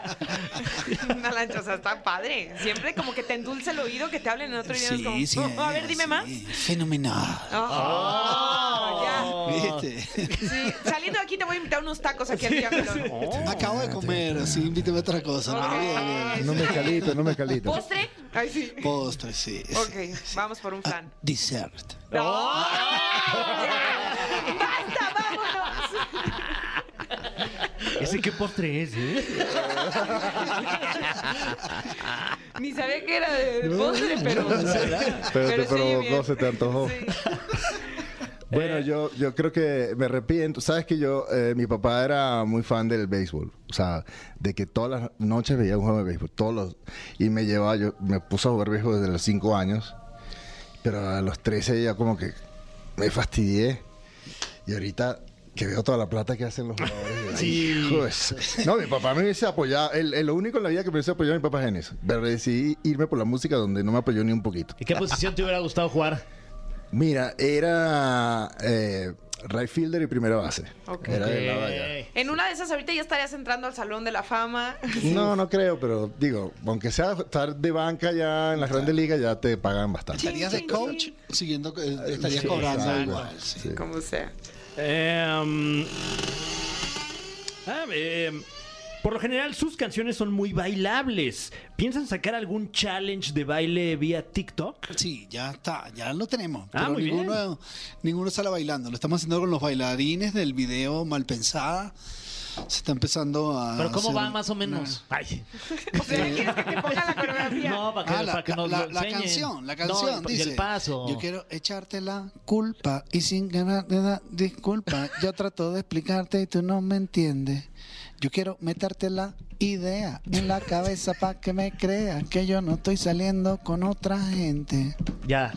Speaker 2: una, una lancha. O sea, está padre. Siempre como que te endulce el oído que te hablen en otro idioma. es como, "Oh, a ver, dime
Speaker 5: sí.
Speaker 2: más.
Speaker 5: Fenomenal.
Speaker 2: Ah,
Speaker 5: ¿Viste?
Speaker 2: ya. Sí, Saliendo de aquí te voy a invitar unos tacos aquí al Diablón.
Speaker 3: Oh.
Speaker 5: Acabo de comer, así invítame a otra cosa. ¿no?
Speaker 2: Ok.
Speaker 5: Bien, bien.
Speaker 6: No me calito, no me calito.
Speaker 2: ¿Postre? Ay, sí.
Speaker 5: Postre, sí. sí,
Speaker 2: Ok,
Speaker 5: sí.
Speaker 2: vamos por un fan.
Speaker 5: Dessert.
Speaker 2: ¡Basta, vámonos!
Speaker 4: ¿Ese qué postre es, eh?
Speaker 2: Ni sabía que era de postre, pero...
Speaker 6: Pero te
Speaker 2: sí,
Speaker 6: provocó,
Speaker 2: bien.
Speaker 6: se te antojó.
Speaker 2: Sí.
Speaker 6: Bueno, yo, yo creo que me arrepiento. Sabes que yo, eh, mi papá era muy fan del béisbol. O sea, de que todas las noches veía un juego de béisbol. Todos los, y me llevaba, yo me puso a jugar béisbol desde los 5 años. Pero a los 13 ya como que me fastidié. Y ahorita que veo toda la plata que hacen los jugadores. yo,
Speaker 4: Sí.
Speaker 6: hijo de su- No, mi papá me hubiese apoyado. El, el- lo único en la vida que me hubiese apoyado mi papá es en eso. Pero decidí irme por la música donde no me apoyó ni un poquito.
Speaker 3: ¿Y qué posición te hubiera gustado jugar?
Speaker 6: Mira, era eh, right fielder y primera base.
Speaker 2: Ok.
Speaker 5: Eh,
Speaker 6: Era de
Speaker 3: Eh,
Speaker 6: la valla.
Speaker 2: En una de esas ahorita ya estarías entrando al Salón de la Fama.
Speaker 6: No, no creo, pero digo, aunque sea estar de banca ya en las grandes ligas, ya te pagan bastante.
Speaker 5: Estarías de
Speaker 2: Chin, chin,
Speaker 5: coach, siguiendo, eh,
Speaker 3: Ah,
Speaker 5: estarías
Speaker 6: Sí,
Speaker 5: cobrando
Speaker 6: exacto.
Speaker 5: igual. sí.
Speaker 6: Sí.
Speaker 2: Como sea.
Speaker 4: Em, ah, em, por lo general, sus canciones son muy bailables. ¿Piensan sacar algún challenge de baile vía TikTok?
Speaker 5: Sí, ya está, ya lo tenemos.
Speaker 4: Ah,
Speaker 5: pero
Speaker 4: muy bien.
Speaker 5: ninguno, ninguno sale bailando. Lo estamos haciendo con los bailarines del video mal pensada. Se está empezando a.
Speaker 3: ¿Pero cómo
Speaker 5: hacer
Speaker 3: va
Speaker 5: un-
Speaker 3: más o menos? Ay.
Speaker 2: O sea, ¿quieres que te ponga la coreografía?
Speaker 3: No, para que,
Speaker 5: Ah, la,
Speaker 3: para que nos
Speaker 5: la-
Speaker 3: lo
Speaker 5: la
Speaker 3: enseñen.
Speaker 5: canción, la
Speaker 3: No,
Speaker 5: canción
Speaker 3: y-
Speaker 5: dice.
Speaker 3: Y el paso.
Speaker 5: Yo quiero echarte la culpa y sin ganar de dar disculpa. Yo trato de explicarte y tú no me entiendes. Yo quiero meterte la idea en la cabeza para que me creas que yo no estoy saliendo con otra gente.
Speaker 3: Ya.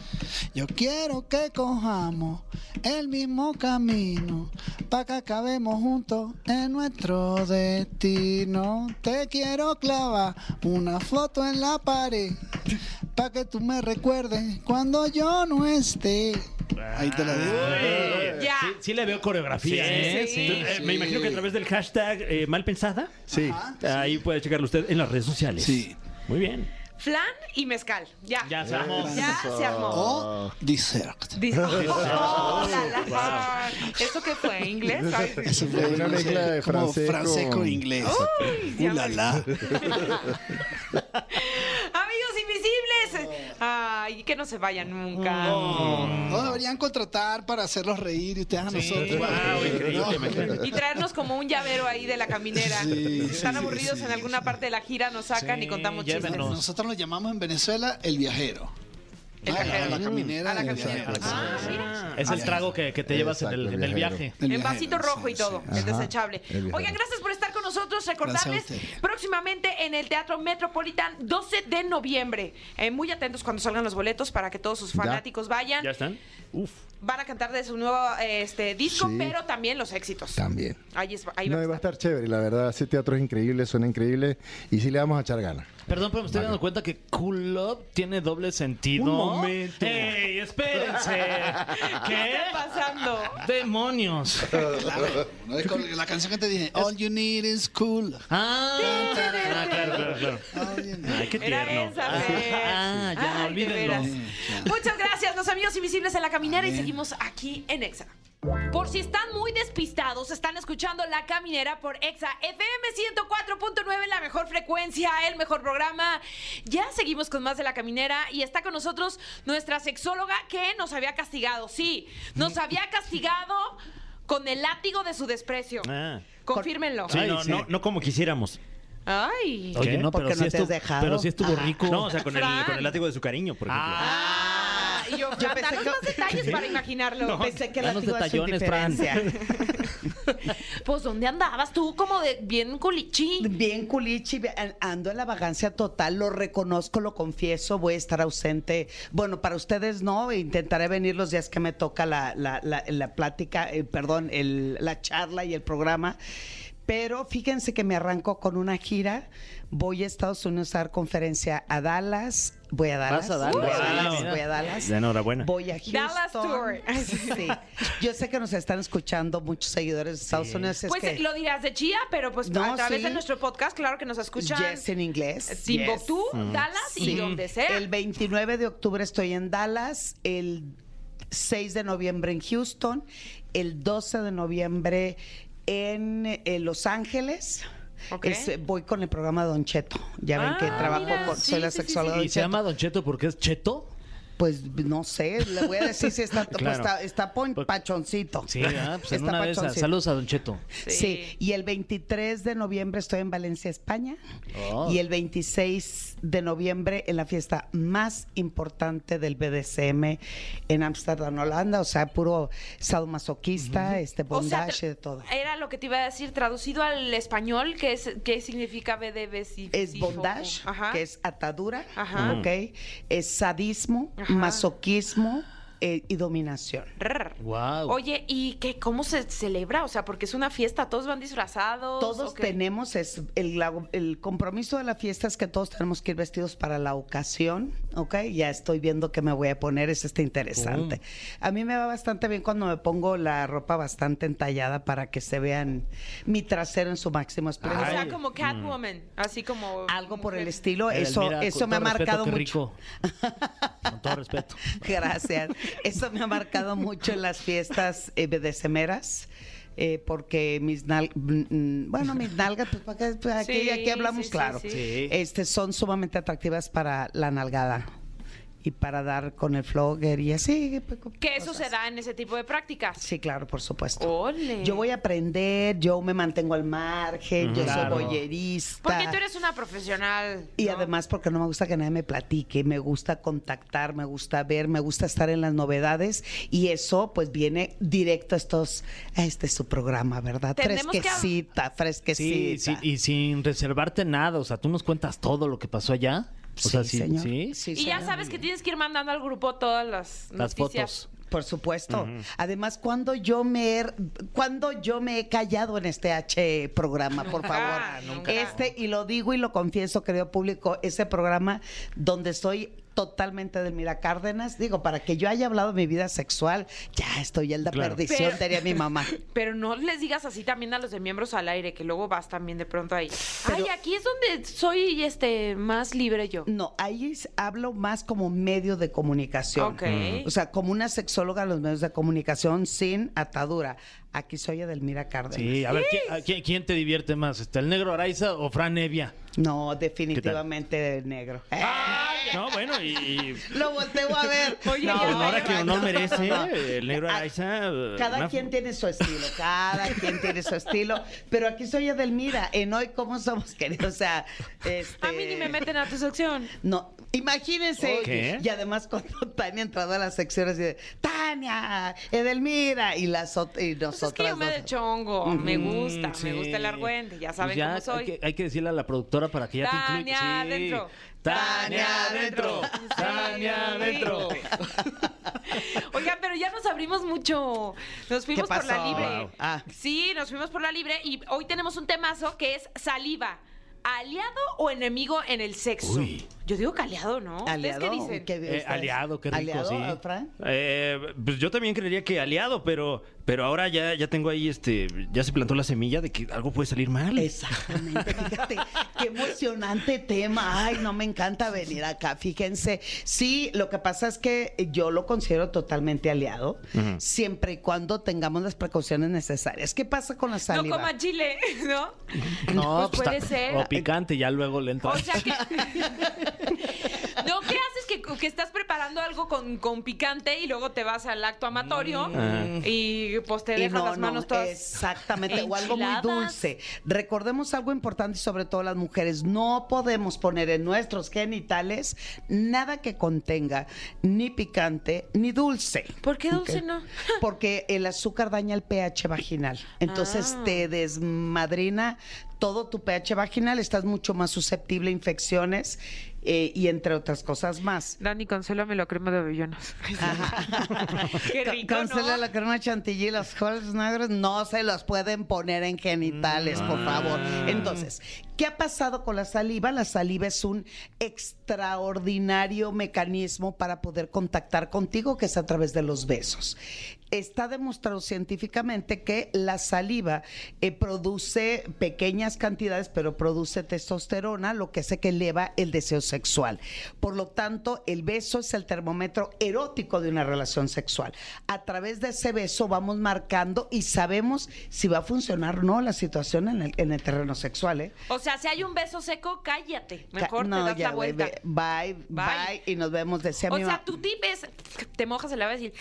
Speaker 5: Yo quiero que cojamos el mismo camino para que acabemos juntos en nuestro destino. Te quiero clavar una foto en la pared para que tú me recuerdes cuando yo no esté. Ahí te la digo.
Speaker 2: eh, Ya.
Speaker 3: Sí, sí le veo coreografía.
Speaker 4: Sí,
Speaker 3: ¿eh?
Speaker 2: sí.
Speaker 3: Sí.
Speaker 4: Eh, Me imagino que a través del hashtag eh, malpensada,
Speaker 6: Sí.
Speaker 4: ahí puede checarlo usted en las redes sociales.
Speaker 5: Sí.
Speaker 4: Muy bien.
Speaker 2: Flan y mezcal. Ya.
Speaker 3: Ya estamos.
Speaker 2: Ya se armó.
Speaker 5: O
Speaker 6: Ah.
Speaker 5: dessert.
Speaker 2: Dice- Oh, la, la, la. ¿Eso qué fue? ¿Inglés? Ay, sí.
Speaker 5: Eso fue
Speaker 6: Una
Speaker 5: no sé,
Speaker 6: mezcla de
Speaker 5: como
Speaker 6: francés
Speaker 5: francés
Speaker 6: con-
Speaker 5: con inglés. Uh,
Speaker 2: Uy, Oh,
Speaker 6: Uh,
Speaker 2: ya me-
Speaker 5: Ulala.
Speaker 2: Amigos invisibles. Ay, que no se vayan nunca.
Speaker 5: No deberían contratar para hacerlos reír y ustedes a nosotros.
Speaker 4: Wow, increíble, imagínate.
Speaker 2: Y traernos como un llavero ahí de la caminera.
Speaker 5: Sí,
Speaker 2: Están
Speaker 5: sí,
Speaker 2: aburridos
Speaker 5: sí,
Speaker 2: en alguna parte de la gira, nos sacan
Speaker 3: Sí,
Speaker 2: y contamos chistes.
Speaker 3: llévenos.
Speaker 5: Nosotros lo llamamos en Venezuela el viajero.
Speaker 2: El
Speaker 5: Ah,
Speaker 2: viajero. Mm.
Speaker 5: A la caminera.
Speaker 2: A la
Speaker 5: del
Speaker 2: caminera.
Speaker 5: viajero.
Speaker 2: Ah, mira.
Speaker 3: Es el trago que, que te llevas en el,
Speaker 6: Exacto,
Speaker 3: en el
Speaker 6: viajero.
Speaker 3: viaje.
Speaker 5: El
Speaker 2: en
Speaker 5: viajero,
Speaker 2: vasito rojo
Speaker 5: sí,
Speaker 2: y todo,
Speaker 5: sí.
Speaker 2: es desechable.
Speaker 6: el viajero.
Speaker 2: Oigan, gracias por estar con nosotros. Recordarles
Speaker 5: Gracias a ustedes.
Speaker 2: próximamente en el Teatro Metropolitan, 12 de noviembre. Eh, muy atentos cuando salgan los boletos para que todos sus
Speaker 6: Ya.
Speaker 2: fanáticos vayan.
Speaker 4: Eh, ¿Ya están? Uf.
Speaker 2: Van a cantar de su nuevo eh, este, disco,
Speaker 6: Sí.
Speaker 2: pero también los éxitos.
Speaker 6: También.
Speaker 2: Ahí, es- ahí
Speaker 6: No,
Speaker 2: va
Speaker 6: y
Speaker 2: a
Speaker 6: va a
Speaker 2: estar.
Speaker 6: estar chévere, la verdad. Ese teatro es increíble, suena increíble. Y sí le vamos a echar ganas.
Speaker 3: Perdón, pero me estoy
Speaker 6: Vale.
Speaker 3: dando cuenta que Cool Love tiene doble sentido.
Speaker 4: Un momento.
Speaker 3: ¡Ey, espérense! ¿Qué?
Speaker 2: ¿Qué está pasando?
Speaker 3: ¡Demonios!
Speaker 5: Claro, no es con la canción que te dije, All You Need Is Cool.
Speaker 3: ¡Ah!
Speaker 5: Ah,
Speaker 4: Claro, claro, claro.
Speaker 5: All you need-
Speaker 4: Ay, qué
Speaker 2: Era
Speaker 4: tierno.
Speaker 2: esa,
Speaker 3: Ah,
Speaker 2: Fer.
Speaker 3: ah, ya,
Speaker 2: Ay, de
Speaker 3: olvídenlo.
Speaker 2: veras.
Speaker 5: Sí,
Speaker 2: Muchas gracias, los amigos invisibles en la caminera y
Speaker 5: Amén.
Speaker 2: seguimos aquí en Exa. Por si están muy despistados, están escuchando La Caminera por Exa FM 104.9, la mejor frecuencia, el mejor programa. Ya seguimos con más de La Caminera y está con nosotros nuestra sexóloga que nos había castigado, sí, nos había castigado con el látigo de su desprecio.
Speaker 4: Ah.
Speaker 2: Confírmenlo.
Speaker 4: Sí,
Speaker 3: Ay,
Speaker 4: no,
Speaker 3: sí.
Speaker 4: no, no como quisiéramos.
Speaker 2: Ay.
Speaker 3: Oye, no, pero
Speaker 7: Porque
Speaker 3: sí
Speaker 7: no te
Speaker 3: estuvo,
Speaker 7: has dejado.
Speaker 3: pero sí estuvo rico.
Speaker 4: No, o sea, con el,
Speaker 2: Fran.
Speaker 4: con el látigo de su cariño, por ejemplo.
Speaker 3: Ah,
Speaker 2: Ah,
Speaker 7: Y yo,
Speaker 8: Yo
Speaker 7: Fran,
Speaker 8: pensé
Speaker 7: danos
Speaker 8: que-
Speaker 7: más detalles para imaginarlo.
Speaker 8: Pensé que la
Speaker 3: danos
Speaker 8: tuya es su
Speaker 3: detallones, Fran.
Speaker 8: diferencia.
Speaker 2: Pues, ¿dónde andabas tú? Como de bien culichín.
Speaker 8: Bien culichi, bien- ando en la vagancia total, lo reconozco, lo confieso, voy a estar ausente. Bueno, para ustedes no, intentaré venir los días que me toca la, la- la- la plática, eh, perdón, el- la charla y el programa. Pero fíjense que me arranco con una gira, voy a Estados Unidos a dar conferencia a Dallas, voy a Dallas,
Speaker 3: ¿Vas a Dallas? Ah,
Speaker 8: voy a
Speaker 3: Wow.
Speaker 8: Dallas, voy a Dallas.
Speaker 4: Ya, enhorabuena.
Speaker 8: Voy a Houston.
Speaker 2: Dallas Tour.
Speaker 8: Sí. Yo sé que nos están escuchando muchos seguidores de Estados Unidos. es
Speaker 2: Pues
Speaker 8: que-
Speaker 2: eh, lo dirás de chía, pero pues
Speaker 8: No,
Speaker 2: a través
Speaker 8: sí.
Speaker 2: de nuestro podcast, claro que nos escuchan.
Speaker 8: Yes, en inglés. Yes. Mm.
Speaker 2: Timbuktu, Dallas y
Speaker 8: Sí.
Speaker 2: donde sea.
Speaker 8: El 29 de octubre estoy en Dallas, el 6 de noviembre en Houston, el 12 de noviembre en eh, Los Ángeles.
Speaker 2: Ok.
Speaker 8: Es- eh, voy con el programa Don Cheto. Ya ven que
Speaker 2: Ah,
Speaker 8: trabajo
Speaker 2: mira,
Speaker 8: con.
Speaker 2: sí,
Speaker 8: soy la
Speaker 2: sí, sí,
Speaker 8: sexóloga
Speaker 2: sí.
Speaker 8: Don
Speaker 3: ¿Y se
Speaker 8: Cheto.
Speaker 3: llama Don Cheto porque es Cheto?
Speaker 8: Pues no sé, le voy a decir si está. pues,
Speaker 4: Claro.
Speaker 8: está, está pon-
Speaker 3: Pues-
Speaker 8: pachoncito.
Speaker 3: Sí, ¿verdad? pues en
Speaker 8: Está
Speaker 3: una de esas.
Speaker 8: pachoncito.
Speaker 3: Saludos a Don Cheto.
Speaker 8: Sí. y el 23 de noviembre estoy en Valencia, España.
Speaker 3: Oh.
Speaker 8: Y el 26 de noviembre en la fiesta más importante del BDSM en Ámsterdam, Holanda. O sea, puro sadomasoquista, este
Speaker 2: O sea,
Speaker 8: bondage,
Speaker 2: tra-
Speaker 8: de todo.
Speaker 2: Era lo que te iba a decir, traducido al español, ¿qué, es, qué significa BDB?
Speaker 8: Es bondage,
Speaker 2: Ajá.
Speaker 8: que es atadura,
Speaker 2: Ajá.
Speaker 8: ¿ok? Es sadismo,
Speaker 2: Ajá.
Speaker 8: masoquismo eh, y dominación.
Speaker 2: Rrr.
Speaker 3: Wow.
Speaker 2: Oye, ¿y qué, cómo se celebra? O sea, porque es una fiesta, todos van disfrazados.
Speaker 8: Todos
Speaker 2: ¿o qué?
Speaker 8: tenemos, es el, la- el compromiso de la fiesta es que todos tenemos que ir vestidos para la ocasión, ¿ok? Ya estoy viendo que me voy a poner, es este interesante. A mí me va bastante bien cuando me pongo la ropa bastante entallada para que se vean mi trasero en su máximo
Speaker 2: O
Speaker 8: esplendor.
Speaker 2: sea, como Catwoman, así como...
Speaker 8: Mm. Algo por el
Speaker 2: mujer.
Speaker 8: estilo, eso,
Speaker 3: Edelmira, con
Speaker 8: eso me ha
Speaker 3: todo respeto,
Speaker 8: marcado
Speaker 3: qué
Speaker 8: mucho.
Speaker 3: rico. Con todo respeto.
Speaker 8: Gracias. Eso me ha marcado mucho en las fiestas eh, BDSMeras. eh, porque mis nalgas, bueno, mis nalgas, pues para qué- para aquí,
Speaker 2: Sí,
Speaker 8: aquí hablamos
Speaker 2: sí, sí,
Speaker 8: claro,
Speaker 2: sí.
Speaker 3: Sí.
Speaker 8: Este, son sumamente atractivas para la nalgada y para dar con el flogger y así. pues,
Speaker 2: Que eso se
Speaker 8: cosas.
Speaker 2: da en ese tipo de prácticas.
Speaker 8: Sí, claro, por supuesto.
Speaker 2: Ole.
Speaker 8: Yo voy a aprender, yo me mantengo al margen, yo
Speaker 3: Claro.
Speaker 8: soy boyerista.
Speaker 2: Porque tú eres una profesional.
Speaker 8: Y
Speaker 2: ¿no?
Speaker 8: además porque no me gusta que nadie me platique, me gusta contactar, me gusta ver, me gusta estar en las novedades y eso pues viene directo a estos, a este su programa, ¿verdad?
Speaker 2: Tenemos que hab-
Speaker 8: Fresquecita,
Speaker 3: Sí,
Speaker 8: fresquecita.
Speaker 3: sí, y sin reservarte nada. O sea, tú nos cuentas todo lo que pasó allá. O sea, sí,
Speaker 8: señor.
Speaker 3: sí.
Speaker 8: Sí,
Speaker 2: Y ya
Speaker 8: señor.
Speaker 2: sabes que tienes que ir mandando al grupo todas las,
Speaker 3: Las
Speaker 2: noticias.
Speaker 3: fotos.
Speaker 8: Por supuesto. Además, cuando yo me he, cuando yo me he callado en este H programa, por favor.
Speaker 2: Ah, nunca.
Speaker 8: Este y lo digo y lo confieso, querido público, ese programa donde soy totalmente del Mira Cárdenas, digo, para que yo haya hablado de mi vida sexual, ya estoy en la
Speaker 4: Claro.
Speaker 8: perdición,
Speaker 2: Pero-
Speaker 8: diría mi mamá.
Speaker 2: Pero no les digas así también a los de miembros al aire, que luego vas también de pronto ahí. Ay, aquí es donde soy este más libre yo.
Speaker 8: No, ahí es- hablo más como medio de comunicación.
Speaker 2: Ok.
Speaker 8: O sea, como una sexóloga en los medios de comunicación sin atadura. Aquí soy Edelmira Cárdenas.
Speaker 3: Sí, a ver, ¿quién, a quién- quién te divierte más? ¿Está el negro Araiza o Fran Nevia?
Speaker 8: No, definitivamente negro.
Speaker 4: No, bueno, y. y-
Speaker 8: Lo volteo a ver.
Speaker 3: pues,
Speaker 8: Oye,
Speaker 4: no, honor a
Speaker 8: que
Speaker 4: quien honor merece. El negro Araiza.
Speaker 8: Cada
Speaker 4: una-
Speaker 8: quien tiene su estilo, cada quien tiene su estilo. Pero aquí soy Edelmira, en hoy cómo somos queridos. O sea, este...
Speaker 2: A mí ni me meten a tu sección.
Speaker 8: No, imagínense.
Speaker 4: ¿Qué?
Speaker 8: Y además cuando Tania entraba a las secciones de Tania, Edelmira y las ot-
Speaker 2: Pues
Speaker 8: y
Speaker 2: es
Speaker 8: nosotras.
Speaker 2: que yo me
Speaker 8: dos.
Speaker 2: de chongo. Me gusta,
Speaker 3: Mm, Sí.
Speaker 2: me gusta el argüente. Ya saben
Speaker 3: Pues ya
Speaker 2: cómo soy.
Speaker 3: Hay que, hay que decirle a la productora para que ya te
Speaker 2: Tania
Speaker 3: incluya. Sí.
Speaker 2: adentro.
Speaker 3: Tania adentro.
Speaker 2: Sí.
Speaker 3: Tania adentro.
Speaker 2: Oigan, pero ya nos abrimos mucho. Nos fuimos por la
Speaker 8: pasó?
Speaker 2: libre.
Speaker 8: Wow. Ah.
Speaker 2: Sí, nos fuimos por la libre y hoy tenemos un temazo que es saliva. ¿Aliado o enemigo en el sexo?
Speaker 3: Uy.
Speaker 2: Yo digo que aliado, ¿no? ¿Ustedes
Speaker 8: Aliado.
Speaker 2: qué dicen?
Speaker 8: ¿Qué ustedes?
Speaker 3: Eh, aliado, qué rico,
Speaker 8: Este, aliado,
Speaker 3: sí.
Speaker 8: ah, Fran?
Speaker 4: Eh, pues yo también creería que aliado, pero, pero ahora ya, ya tengo ahí este. Ya se plantó la semilla de que algo puede salir mal.
Speaker 8: Exactamente, fíjate, qué emocionante tema. Ay, no me encanta venir acá, fíjense. Sí, lo que pasa es que yo lo considero totalmente aliado, siempre y cuando tengamos las precauciones necesarias. ¿Qué pasa con la
Speaker 2: No
Speaker 8: saliva?
Speaker 2: coma chile, ¿no?
Speaker 3: No,
Speaker 2: Pues
Speaker 3: pues
Speaker 2: puede
Speaker 3: ta-
Speaker 2: ser.
Speaker 3: O picante, ya luego le entra.
Speaker 2: O sea que. no, ¿qué haces que Con que estás preparando algo con, con picante y luego te vas al acto amatorio
Speaker 3: Mm.
Speaker 2: y pues te
Speaker 8: Y
Speaker 2: dejas
Speaker 8: no,
Speaker 2: las manos
Speaker 8: no,
Speaker 2: todas.
Speaker 8: Exactamente, o algo muy
Speaker 2: enchiladas.
Speaker 8: dulce. Recordemos algo importante, y sobre todo las mujeres: no podemos poner en nuestros genitales nada que contenga ni picante ni dulce.
Speaker 2: ¿Por qué dulce
Speaker 8: Ok.
Speaker 2: no?
Speaker 8: Porque el azúcar daña el pH vaginal. Entonces
Speaker 2: Ah.
Speaker 8: te desmadrina todo tu pH vaginal, estás mucho más susceptible a infecciones eh, y entre otras cosas más.
Speaker 2: Dani, consuélame la crema de avellonas. Qué
Speaker 8: Ca-
Speaker 2: rico,
Speaker 8: Cancela
Speaker 2: ¿no?
Speaker 8: la crema chantilly, los coles negros no se los pueden poner en genitales, por favor. Entonces, ¿qué ha pasado con la saliva? La saliva es un extraordinario mecanismo para poder contactar contigo, que es a través de los besos. Está demostrado científicamente que la saliva eh, produce pequeñas cantidades, pero produce testosterona, lo que hace que eleva el deseo sexual. Por lo tanto, el beso es el termómetro erótico de una relación sexual. A través de ese beso vamos marcando y sabemos si va a funcionar o no la situación en el, en el terreno sexual. ¿eh?
Speaker 2: O sea, si hay un beso seco, cállate.
Speaker 8: Ca-
Speaker 2: Mejor te das la
Speaker 8: güey,
Speaker 2: vuelta.
Speaker 8: ve- bye, bye,
Speaker 2: Bye.
Speaker 8: y nos vemos, decía
Speaker 2: O
Speaker 8: mi
Speaker 2: sea,
Speaker 8: ma-
Speaker 2: tu tip es, te mojas el labio y...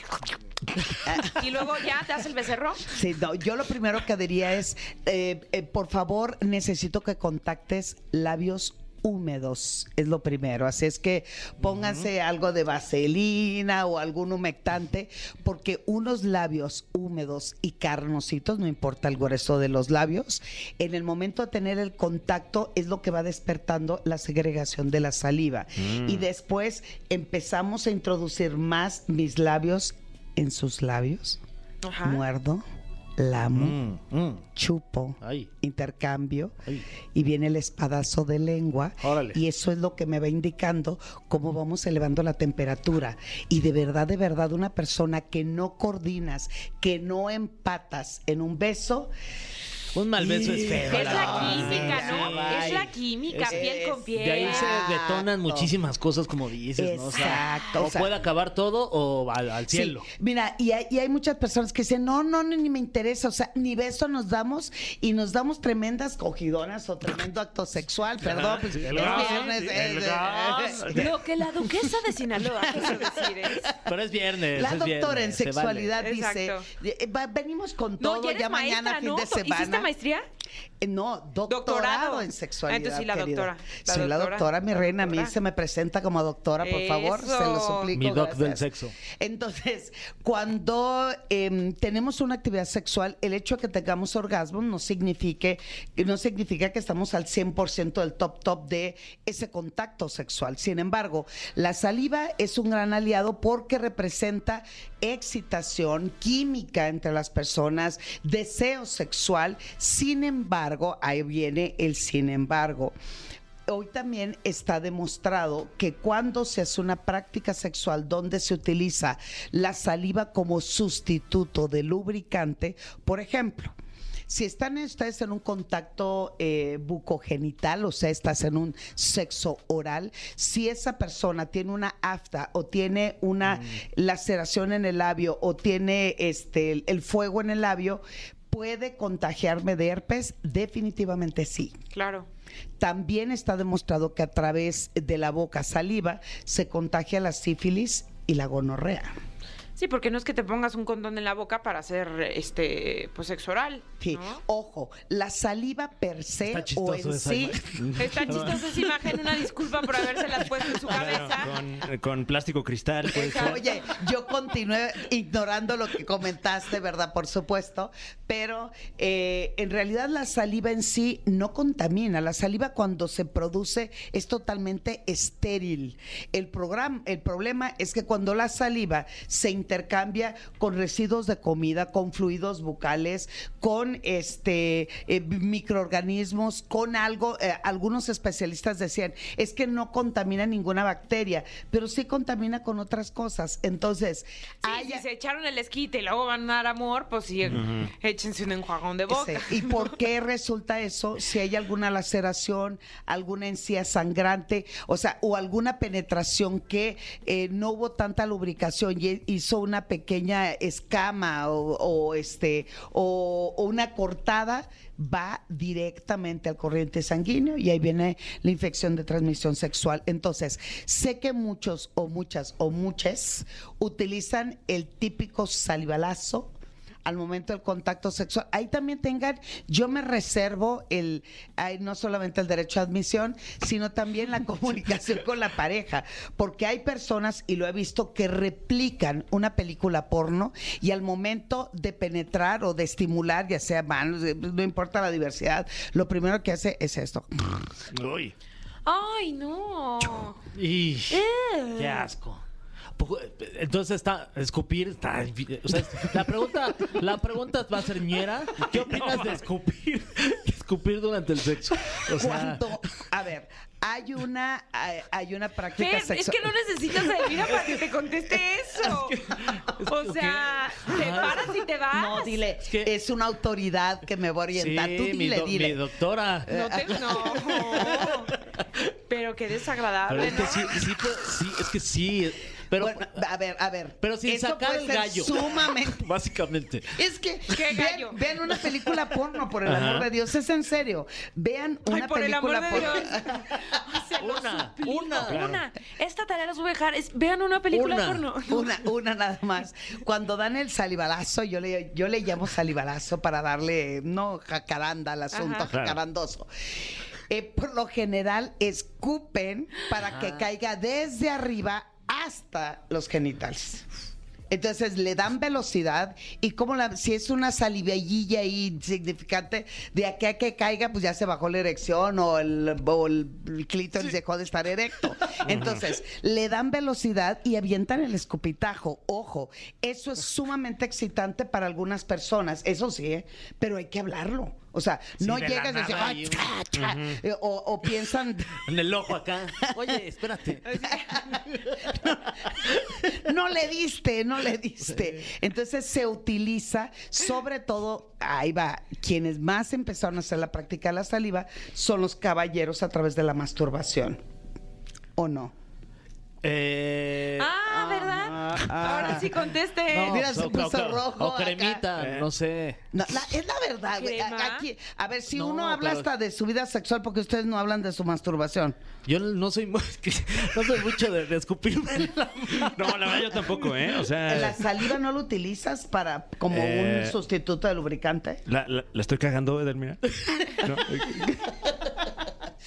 Speaker 2: y luego ya te haces el becerro.
Speaker 8: Sí, no, yo lo primero que diría es, eh, eh, por favor, necesito que contactes labios húmedos, es lo primero. Así es que pónganse algo de vaselina o algún humectante, porque unos labios húmedos y carnositos, no importa el grueso de los labios, en el momento de tener el contacto es lo que va despertando la segregación de la saliva. Y después empezamos a introducir más mis labios en sus labios
Speaker 2: Ajá.
Speaker 8: muerdo, lamo,
Speaker 3: Mm, mm.
Speaker 8: chupo,
Speaker 3: Ay.
Speaker 8: intercambio
Speaker 3: Ay.
Speaker 8: y viene el espadazo de lengua
Speaker 3: Órale.
Speaker 8: y eso es lo que me va indicando cómo vamos elevando la temperatura y de verdad, de verdad una persona que no coordinas, que no empatas en un beso,
Speaker 3: Un mal beso es feo.
Speaker 2: Es la
Speaker 3: verdad.
Speaker 2: química,
Speaker 8: Ah,
Speaker 2: ¿no? Es la
Speaker 8: bye.
Speaker 2: química,
Speaker 8: Es-
Speaker 2: piel con piel.
Speaker 3: De ahí se detonan
Speaker 8: Exacto.
Speaker 3: muchísimas cosas, como dices, ¿no? O sea,
Speaker 8: Exacto,
Speaker 3: o
Speaker 8: o sea-
Speaker 3: puede acabar todo o al, al
Speaker 8: Sí,
Speaker 3: cielo.
Speaker 8: Mira, y hay, y hay muchas personas que dicen, no, no, ni, ni me interesa, o sea, ni beso nos damos y nos damos tremendas cogidonas o tremendo acto sexual, perdón. pues,
Speaker 4: el
Speaker 8: es
Speaker 4: gas,
Speaker 8: viernes,
Speaker 4: el
Speaker 8: eh, eh,
Speaker 4: gas.
Speaker 8: eh,
Speaker 2: Lo que la duquesa de Sinaloa quiso decir es...
Speaker 3: Pero es viernes.
Speaker 8: La
Speaker 3: es
Speaker 8: doctora
Speaker 3: viernes,
Speaker 8: en
Speaker 3: se vale.
Speaker 8: sexualidad dice,
Speaker 2: Exacto.
Speaker 8: eh, va- venimos con
Speaker 2: No,
Speaker 8: todo
Speaker 2: ya
Speaker 8: ya,
Speaker 2: eres maestra,
Speaker 8: mañana,
Speaker 2: ¿no?
Speaker 8: fin de semana.
Speaker 2: ¿Hiciste maestría?
Speaker 8: Eh, No, doctorado,
Speaker 2: Doctorado.
Speaker 8: en sexualidad.
Speaker 2: Ah, entonces sí, la
Speaker 8: querida.
Speaker 2: doctora, la
Speaker 8: Soy la
Speaker 2: doctora,
Speaker 8: doctora, mi
Speaker 2: la
Speaker 8: reina. A mí
Speaker 2: doctora.
Speaker 8: se me presenta como doctora, por favor. Se lo
Speaker 2: Eso.
Speaker 8: suplico.
Speaker 3: Mi doc del
Speaker 8: gracias.
Speaker 3: sexo.
Speaker 8: Entonces, cuando em, tenemos una actividad sexual, el hecho de que tengamos orgasmo no, signifique, no significa que estamos al 100% del top top de ese contacto sexual. Sin embargo, la saliva es un gran aliado porque representa excitación, química entre las personas, deseo sexual. Sin embargo, ahí viene el sin embargo. Hoy también está demostrado que cuando se hace una práctica sexual donde se utiliza la saliva como sustituto de lubricante, por ejemplo, si están ustedes en un contacto eh, bucogenital, o sea, estás en un sexo oral, si esa persona tiene una afta o tiene una laceración en el labio o tiene este el- el fuego en el labio, ¿puede contagiarme de herpes? Definitivamente sí.
Speaker 2: Claro.
Speaker 8: También está demostrado que a través de la boca saliva se contagia la sífilis y la gonorrea.
Speaker 2: Sí, porque no es que te pongas un condón en la boca para hacer este pues sexo oral.
Speaker 8: Sí.
Speaker 2: ¿no?
Speaker 8: Ojo, la saliva per se
Speaker 3: Está
Speaker 8: o
Speaker 3: chistoso ¿eh?
Speaker 8: en
Speaker 3: esa
Speaker 8: sí.
Speaker 3: imagen.
Speaker 2: Está chistosa esa imagen, una disculpa por habérselas puesto en su cabeza.
Speaker 4: Con, con plástico cristal. puede ser.
Speaker 8: Oye, yo continué ignorando lo que comentaste, ¿verdad? Por supuesto, pero eh, en realidad la saliva en sí no contamina. La saliva cuando se produce es totalmente estéril. El, program- el problema es que cuando la saliva se intercambia con residuos de comida, con fluidos bucales, con este eh, microorganismos, con algo, eh, algunos especialistas decían, es que no contamina ninguna bacteria, pero sí contamina con otras cosas. Entonces,
Speaker 2: Sí,
Speaker 8: hay-
Speaker 2: si se echaron el esquite y luego van a dar amor, pues sí, échense un enjuagón de boca.
Speaker 8: Sí. ¿Y por qué resulta eso? Si hay alguna laceración, alguna encía sangrante, o sea, o alguna penetración que eh, no hubo tanta lubricación y hizo una pequeña escama o, o este o, o una cortada, va directamente al corriente sanguíneo y ahí viene la infección de transmisión sexual. Entonces, sé que muchos muchos o muchas o muchas utilizan el típico salivalazo al momento del contacto sexual. Ahí también tengan, yo me reservo el, hay no solamente el derecho a admisión, sino también la comunicación con la pareja, porque hay personas, y lo he visto, que replican una película porno y al momento de penetrar o de estimular, ya sea manos, eh, no importa la diversidad, lo primero que hace es esto.
Speaker 4: Uy.
Speaker 2: Ay, no.
Speaker 3: Y
Speaker 2: Eh.
Speaker 3: qué asco. Poco- Entonces está escupir, está- o sea, la pregunta, la pregunta va a ser ñera. ¿Qué opinas de escupir, escupir durante el sexo? O sea,
Speaker 8: Cuando, a ver, hay una, hay- hay una práctica
Speaker 2: Fer,
Speaker 8: sexual.
Speaker 2: es que no necesitas a Elvira para que te conteste eso. O sea, te
Speaker 3: Ajá.
Speaker 2: paras y te vas.
Speaker 8: No, dile, es,
Speaker 3: Es que-
Speaker 8: una autoridad que me va a orientar.
Speaker 3: sí,
Speaker 8: Tú
Speaker 3: mi,
Speaker 8: dile,
Speaker 3: do- mi
Speaker 8: dile.
Speaker 3: doctora.
Speaker 8: eh,
Speaker 2: No te no. Pero qué
Speaker 3: Pero
Speaker 2: desagradable,
Speaker 3: es que
Speaker 2: ¿no?
Speaker 3: sí, sí, pues, sí, es que sí. Pero,
Speaker 8: Ah,
Speaker 3: eh,
Speaker 8: Bueno, a ver, a ver.
Speaker 3: pero sin
Speaker 8: Eso
Speaker 3: sacar
Speaker 8: puede
Speaker 3: el
Speaker 8: ser
Speaker 3: gallo.
Speaker 8: Sumamente.
Speaker 3: Básicamente.
Speaker 8: Es que
Speaker 2: ¿Qué
Speaker 8: vean-
Speaker 2: gallo?
Speaker 8: Vean, una película porno, por el
Speaker 3: Ajá.
Speaker 8: amor de Dios, es en serio. Vean una
Speaker 2: Ay, por el amor
Speaker 8: película
Speaker 2: de
Speaker 8: porno.
Speaker 2: Dios. Se lo
Speaker 3: Una,
Speaker 2: suplico,
Speaker 3: una. Claro.
Speaker 2: una. Esta tarea los voy a dejar. Es, vean una película
Speaker 3: Una.
Speaker 2: porno.
Speaker 8: Una, una nada más. Cuando dan el salivalazo, yo le, yo le llamo salivalazo para darle, no, jacaranda al asunto,
Speaker 2: Ajá.
Speaker 4: Claro.
Speaker 8: jacarandoso. Eh, por lo general, escupen para que caiga desde arriba hasta los genitales. Entonces le dan velocidad y como la, si es una salivallilla ahí insignificante, de aquí a que caiga, pues ya se bajó la erección o el, o el- el clítoris dejó de estar erecto. Entonces le dan velocidad y avientan el escupitajo. Ojo, eso es sumamente excitante para algunas personas, eso sí, ¿eh? pero hay que hablarlo. O sea, no
Speaker 3: de la
Speaker 8: llegas y dices,
Speaker 3: nada
Speaker 8: "Ay,
Speaker 3: ahí un-
Speaker 8: cha, cha", eh, o, o piensan,
Speaker 3: En el ojo acá. Oye, espérate.
Speaker 8: no le diste, no le diste. Entonces se utiliza, sobre todo, ahí va, quienes más empezaron a hacer la práctica de la saliva son los caballeros a través de la masturbación. ¿O no?
Speaker 3: Eh,
Speaker 2: Ah, ¿verdad?
Speaker 8: ah.
Speaker 2: Ahora sí conteste.
Speaker 3: no,
Speaker 8: mira, se
Speaker 3: o-
Speaker 8: puso
Speaker 3: o-
Speaker 8: rojo
Speaker 3: O cremita,
Speaker 4: acá.
Speaker 3: no sé.
Speaker 8: No, la- es la verdad, güey. A-
Speaker 2: ¿Crema?
Speaker 8: Aquí, a ver, si
Speaker 3: No,
Speaker 8: uno habla
Speaker 3: pero-
Speaker 8: hasta de su vida sexual, porque ustedes no hablan de su masturbación.
Speaker 3: Yo no soy muy- no soy mucho de, de escupirme en la mano.
Speaker 4: No, la verdad yo tampoco, ¿eh? O sea.
Speaker 8: ¿La saliva no lo utilizas para como
Speaker 4: Eh.
Speaker 8: un sustituto de lubricante?
Speaker 4: La, la- la estoy cagando, Edelmira. No.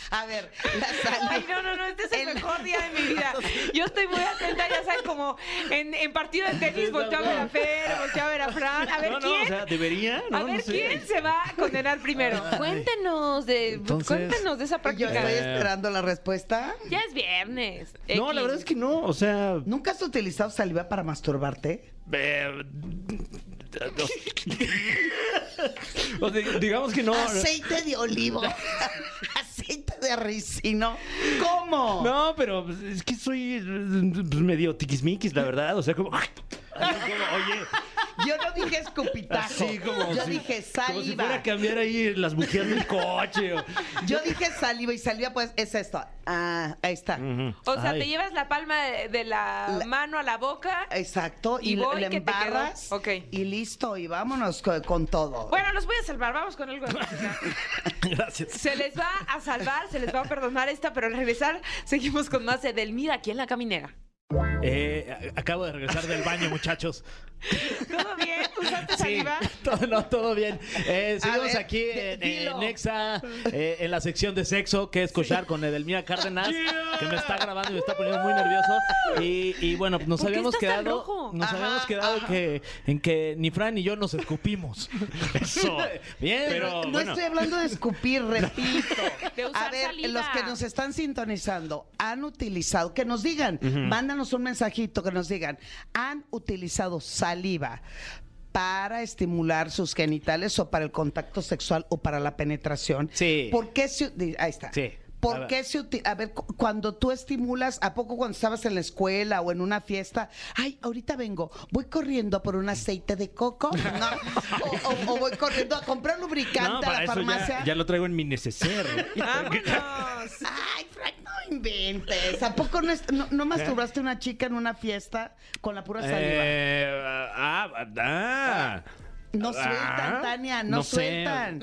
Speaker 8: A ver, la saliva.
Speaker 2: Ay, no, no, no, este es el
Speaker 8: El-
Speaker 2: mejor día de mi vida. Yo estoy muy atenta, ya saben, como en, en partido de tenis, volteo a ver a Fer, volteo a ver a Fran, a ver
Speaker 4: No, no,
Speaker 2: quién.
Speaker 4: o sea, debería, ¿no?
Speaker 2: a ver
Speaker 4: No sé.
Speaker 2: quién se va a condenar primero. Cuéntenos de,
Speaker 3: Entonces-
Speaker 2: cuéntenos de esa
Speaker 8: Yo
Speaker 2: práctica.
Speaker 8: estoy esperando la respuesta.
Speaker 2: Ya es viernes.
Speaker 4: No, la verdad es que no, o sea.
Speaker 8: ¿Nunca has utilizado saliva para masturbarte?
Speaker 4: eh, o sea, digamos que no.
Speaker 8: Aceite de oliva. Aceite de ricino. ¿Cómo?
Speaker 4: No, pero pues, es que soy eh, pues, medio tiquismiquis, la verdad. O sea, como. así como,
Speaker 8: Yo no dije escupitajo.
Speaker 4: oye. Sí, como.
Speaker 8: Yo
Speaker 4: si-
Speaker 8: dije
Speaker 4: Como si
Speaker 8: saliva.
Speaker 4: fuera a cambiar ahí las bujías del coche. o-
Speaker 8: Yo dije saliva y saliva pues es esto. Ah, ahí está.
Speaker 2: O sea,
Speaker 4: Ay.
Speaker 2: te llevas la palma de, de la, mano a la boca.
Speaker 8: Exacto. Y,
Speaker 2: Y voy,
Speaker 8: le
Speaker 2: que te quedó.
Speaker 8: embarras.
Speaker 2: Ok.
Speaker 8: Y listo. Y vámonos co- con, todo.
Speaker 2: Bueno, los voy a salvar. Vamos con algo de música.
Speaker 4: Gracias.
Speaker 2: Se les va a salvar, se les va a perdonar esta, pero al regresar seguimos con más de Edelmira aquí en La Caminera.
Speaker 3: Eh, a- acabo de regresar del baño, muchachos.
Speaker 2: ¿Todo bien? ¿Usaste
Speaker 3: Sí,
Speaker 2: saliva?
Speaker 3: todo, no, todo bien. Eh, seguimos
Speaker 8: ver,
Speaker 3: aquí
Speaker 8: de-
Speaker 3: en, en
Speaker 8: dilo.
Speaker 3: Exa, eh, en la sección de sexo, que es cochar con Edelmira Cárdenas, que me está grabando y me está poniendo muy nervioso. Y, y bueno, nos
Speaker 2: ¿Por qué
Speaker 3: habíamos
Speaker 2: estás tan
Speaker 3: quedado,
Speaker 2: rojo?
Speaker 3: nos
Speaker 8: Ajá,
Speaker 3: habíamos quedado que, en que ni Fran ni yo nos escupimos.
Speaker 4: Eso.
Speaker 3: Bien,
Speaker 4: Pero-
Speaker 8: no
Speaker 4: bueno.
Speaker 8: estoy hablando de escupir, repito.
Speaker 2: De usar
Speaker 8: a ver,
Speaker 2: saliva.
Speaker 8: los que nos están sintonizando, han utilizado, que nos digan, mándanos un mensajito que nos digan, han utilizado saliva para estimular sus genitales o para el contacto sexual o para la penetración.
Speaker 3: Sí.
Speaker 8: ¿Por qué se, di- ahí está?
Speaker 3: Sí. A
Speaker 8: ¿Por
Speaker 3: ver.
Speaker 8: qué se uti- A ver, cu- cuando tú estimulas, ¿a poco cuando estabas en la escuela o en una fiesta? Ay, ahorita vengo, voy corriendo por un aceite de coco, ¿no? O, o- o voy corriendo a comprar lubricante
Speaker 4: No,
Speaker 8: a
Speaker 4: para
Speaker 8: la
Speaker 4: eso
Speaker 8: farmacia.
Speaker 4: ya, ya lo traigo en mi neceser.
Speaker 2: ¡Vámonos!
Speaker 8: Ay, Frank, no inventes. ¿A poco no, es- no, no masturbaste a una chica en una fiesta con la pura saliva?
Speaker 4: Eh, ah, ah,
Speaker 8: No sueltan,
Speaker 4: Ah,
Speaker 8: Tania, no,
Speaker 4: no sé.
Speaker 8: sueltan.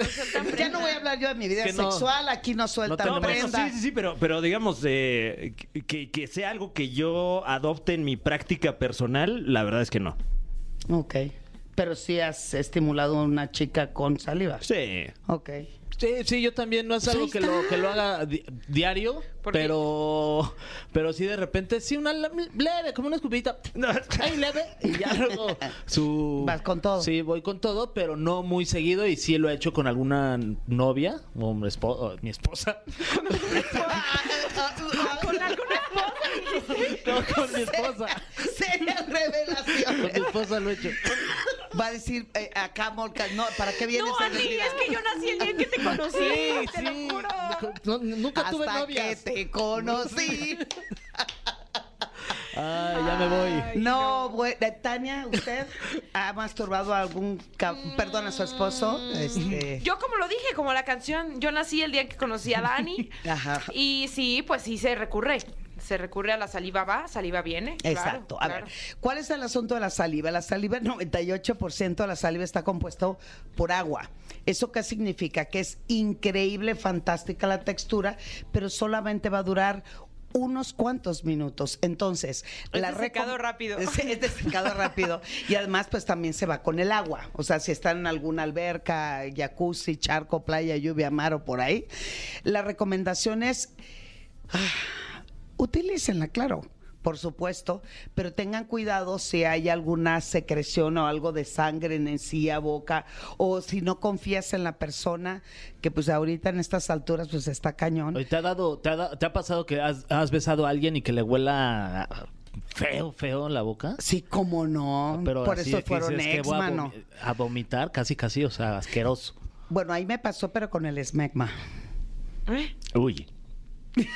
Speaker 8: ya no voy a hablar yo de mi vida
Speaker 3: Que no.
Speaker 8: sexual, aquí no sueltan
Speaker 3: No,
Speaker 4: No, bueno,
Speaker 8: prenda.
Speaker 4: sí, sí, sí, pero, pero digamos, eh, que, que sea algo que yo adopte en mi práctica personal, la verdad es que no.
Speaker 8: Ok. Pero sí has estimulado a una chica con saliva.
Speaker 4: Sí.
Speaker 8: Ok.
Speaker 3: Sí, sí, yo también no es
Speaker 8: Pues
Speaker 3: algo que lo, que lo haga di- diario,
Speaker 2: Porque-
Speaker 3: pero pero sí de repente, sí, una la- leve, como una escupidita, ahí leve, y ya luego su...
Speaker 8: Vas con todo.
Speaker 3: Sí, voy con todo, pero no muy seguido y sí lo he hecho con alguna novia, o mi espo- o mi esposa,
Speaker 2: Con alguna esposa dijiste.
Speaker 3: no, con mi esposa,
Speaker 8: Seria
Speaker 3: con mi
Speaker 8: revelación.
Speaker 3: esposa lo he hecho.
Speaker 8: Va a decir eh, acá Molca, no, ¿para qué vienes
Speaker 2: No,
Speaker 8: a
Speaker 2: Andy,
Speaker 8: decir?
Speaker 2: es que yo nací el día en que te conocí.
Speaker 3: Sí,
Speaker 2: te
Speaker 3: sí,
Speaker 2: lo juro.
Speaker 3: no, nunca tuve
Speaker 8: Hasta que
Speaker 3: novias.
Speaker 8: te conocí.
Speaker 3: Ay, ya me voy.
Speaker 8: Ah.
Speaker 2: Ay,
Speaker 8: No, bueno, Tania, ¿usted ha masturbado a algún, ca- perdón, a su esposo? Este,
Speaker 2: Yo como lo dije, como la canción, yo nací el día en que conocí a Dani.
Speaker 8: Ajá.
Speaker 2: Y sí, pues sí se recurre. Se recurre a la saliva va, saliva viene. claro,
Speaker 8: Exacto. a
Speaker 2: claro.
Speaker 8: ver, ¿cuál es el asunto de la saliva? La saliva, el 98% de la saliva está compuesto por agua. ¿Eso qué significa? Que es increíble, fantástica la textura, pero solamente va a durar unos cuantos minutos. Entonces,
Speaker 2: Es
Speaker 8: la
Speaker 2: de
Speaker 8: recom-
Speaker 2: secado rápido.
Speaker 8: Es, es de secado rápido. Y además, pues también se va con el agua. O sea, si están en alguna alberca, jacuzzi, charco, playa, lluvia, mar o por ahí. La recomendación es utilícenla, claro, por supuesto, pero tengan cuidado si hay alguna secreción o algo de sangre en encía, boca, o si no confías en la persona, que pues ahorita en estas alturas pues está cañón.
Speaker 3: Oye, ¿Te ha dado, te ha, da- te ha pasado que has, has besado a alguien y que le huela feo, feo en la boca?
Speaker 8: Sí, cómo no,
Speaker 3: Ah, Pero
Speaker 8: por
Speaker 3: así
Speaker 8: eso
Speaker 3: de que
Speaker 8: fueron
Speaker 3: dices que
Speaker 8: ex,
Speaker 3: voy a vomi-
Speaker 8: mano.
Speaker 3: A vomitar, casi, casi, o sea, asqueroso.
Speaker 8: Bueno, ahí me pasó, pero con el esmegma.
Speaker 2: ¿Eh?
Speaker 4: Uy.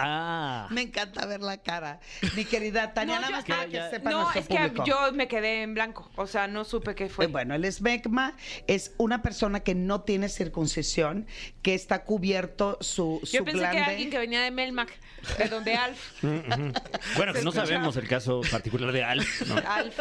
Speaker 3: Ah,
Speaker 8: Me encanta ver la cara. Mi querida Tania,
Speaker 2: No,
Speaker 8: nada
Speaker 2: yo-
Speaker 8: más para
Speaker 2: ah,
Speaker 8: que sepa
Speaker 2: No,
Speaker 8: nuestro
Speaker 2: es que
Speaker 8: público.
Speaker 2: yo me quedé en blanco. O sea, no supe qué fue.
Speaker 8: Eh, Bueno, el esmegma es una persona que no tiene circuncisión, que está cubierto su, su
Speaker 2: Yo pensé que
Speaker 8: glande.
Speaker 2: era alguien que venía de Melmac, de donde Alf.
Speaker 4: Bueno, que no
Speaker 2: escucha.
Speaker 4: sabemos el caso particular de Al. ¿no?
Speaker 2: Alf.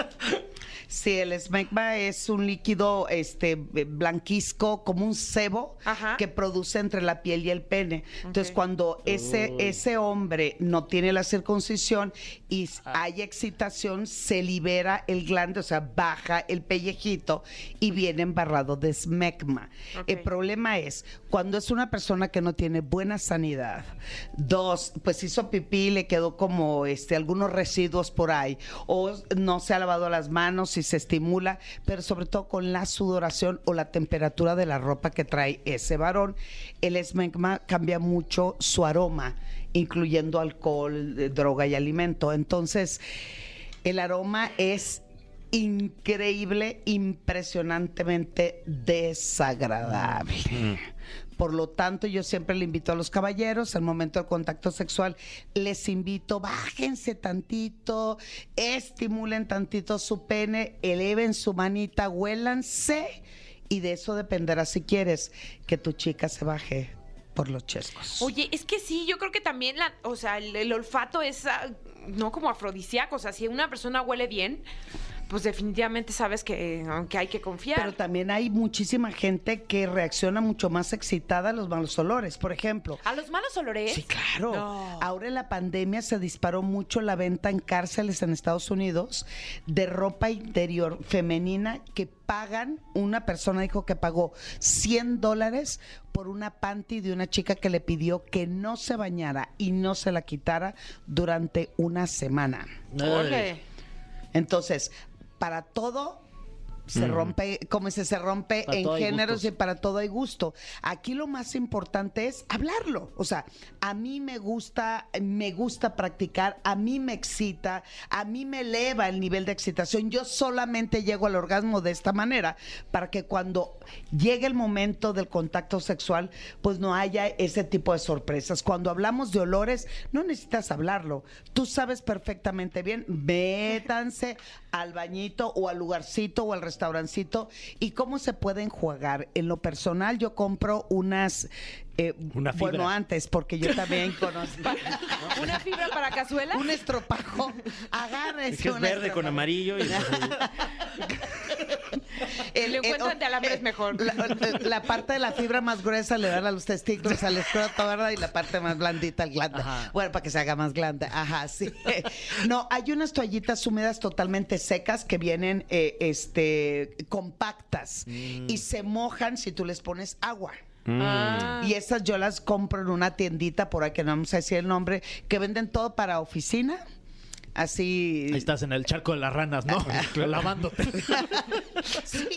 Speaker 8: Sí, el esmegma es un líquido este b- blanquizco, como un sebo,
Speaker 2: Ajá.
Speaker 8: que produce entre la piel y el pene. Entonces,
Speaker 2: Ok.
Speaker 8: cuando ese, ese hombre no tiene la circuncisión y s- hay excitación, se libera el glande, o sea, baja el pellejito y viene embarrado de esmegma. Eh, El
Speaker 2: Ok.
Speaker 8: problema es cuando es una persona que no tiene buena sanidad, dos, pues hizo pipí, le quedó como este algunos residuos por ahí, o no se ha lavado las manos y se estimula, pero sobre todo con la sudoración o la temperatura de la ropa que trae ese varón, el esmegma cambia mucho su aroma, incluyendo alcohol, eh, droga y alimento. Entonces, el aroma es increíble, impresionantemente desagradable. Por lo tanto, yo siempre le invito a los caballeros, al momento del contacto sexual, les invito, bájense tantito, estimulen tantito su pene, eleven su manita, huélanse, y de eso dependerá si quieres que tu chica se baje por los chescos.
Speaker 2: Oye, es que sí, yo creo que también la, o sea, el, el olfato es ah, no como afrodisíaco, o sea, si una persona huele bien, pues definitivamente sabes que, aunque hay que confiar.
Speaker 8: Pero también hay muchísima gente que reacciona mucho más excitada a los malos olores. Por ejemplo,
Speaker 2: a los malos olores.
Speaker 8: Sí, claro.
Speaker 2: ¿Ah, No.
Speaker 8: Ahora en la pandemia se disparó mucho la venta en cárceles en Estados Unidos de ropa interior femenina que pagan, una persona dijo que pagó 100 dólares por una panty de una chica que le pidió que no se bañara y no se la quitara durante una semana.
Speaker 2: Ole.
Speaker 8: Entonces, para todo se rompe, como dice, se rompe
Speaker 3: Para
Speaker 8: en
Speaker 3: todo hay
Speaker 8: géneros
Speaker 3: gustos.
Speaker 8: y para todo hay gusto. Aquí lo más importante es hablarlo. O sea, a mí me gusta, me gusta practicar, a mí me excita, a mí me eleva el nivel de excitación. Yo solamente llego al orgasmo de esta manera para que cuando llegue el momento del contacto sexual, pues no haya ese tipo de sorpresas. Cuando hablamos de olores, no necesitas hablarlo. Tú sabes perfectamente bien, métanse al bañito o al lugarcito o al restaurancito y cómo se pueden jugar. En lo personal, yo compro unas. eh,
Speaker 4: Una fibra.
Speaker 8: bueno, antes, porque yo también conozco.
Speaker 2: Una fibra para cazuela.
Speaker 8: un estropajo. Agárrense.
Speaker 4: Es que es
Speaker 8: un
Speaker 4: verde con
Speaker 8: estropajo.
Speaker 4: amarillo y
Speaker 2: Si lo encuentran de alambre es mejor.
Speaker 8: Eh, La, la parte de la fibra más gruesa le dan a los testículos, al escroto, ¿verdad? Y la parte más blandita al glande. Bueno, para que se haga más glande. Ajá, sí. No, hay unas toallitas húmedas totalmente secas que vienen eh, este, compactas y se mojan si tú les pones agua.
Speaker 3: Mm.
Speaker 2: Ah.
Speaker 8: Y esas yo las compro en una tiendita por aquí, no vamos a decir el nombre, que venden todo para oficina. Así.
Speaker 3: Ahí estás en el charco de las ranas, ¿no? Lavándote.
Speaker 8: Sí,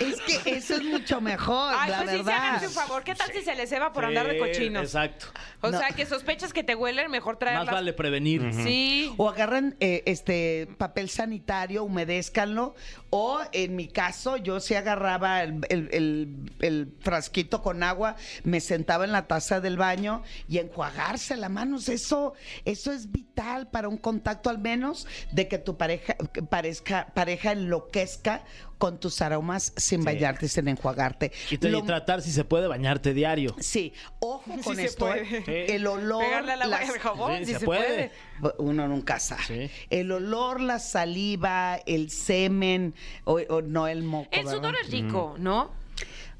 Speaker 8: es que eso es mucho mejor,
Speaker 2: Ay,
Speaker 8: la
Speaker 2: pues sí, sí,
Speaker 8: verdad.
Speaker 2: háganse un favor. ¿Qué tal si se les ceba por andar de cochinos?
Speaker 3: Exacto.
Speaker 2: O
Speaker 8: No.
Speaker 2: sea, que sospechas que te huelen, mejor traerlas.
Speaker 3: Más vale prevenir.
Speaker 2: Sí.
Speaker 8: O agarran eh, este papel sanitario, humedézcanlo. O en mi caso, yo sí agarraba el, el- el- el frasquito con agua, me sentaba en la taza del baño y enjuagarse las manos. Eso, eso es vital para un contacto, al menos de que tu pareja, que parezca, pareja enloquezca con tus aromas sin bañarte, sin enjuagarte.
Speaker 3: Y, te- y
Speaker 8: Lo-
Speaker 3: tratar si se puede bañarte diario.
Speaker 8: Sí, ojo con
Speaker 2: se
Speaker 8: esto,
Speaker 2: puede.
Speaker 8: ¿eh? el olor,
Speaker 2: Pegarle al agua
Speaker 8: las-
Speaker 2: y al jabón,
Speaker 3: Sí,
Speaker 2: si
Speaker 3: se
Speaker 2: se,
Speaker 3: puede.
Speaker 2: puede.
Speaker 8: uno nunca sabe.
Speaker 3: Sí.
Speaker 8: El olor, la saliva, el semen, o, o no el moco.
Speaker 2: El sudor
Speaker 8: ¿verdad?
Speaker 2: es rico,
Speaker 3: Mm.
Speaker 2: ¿no?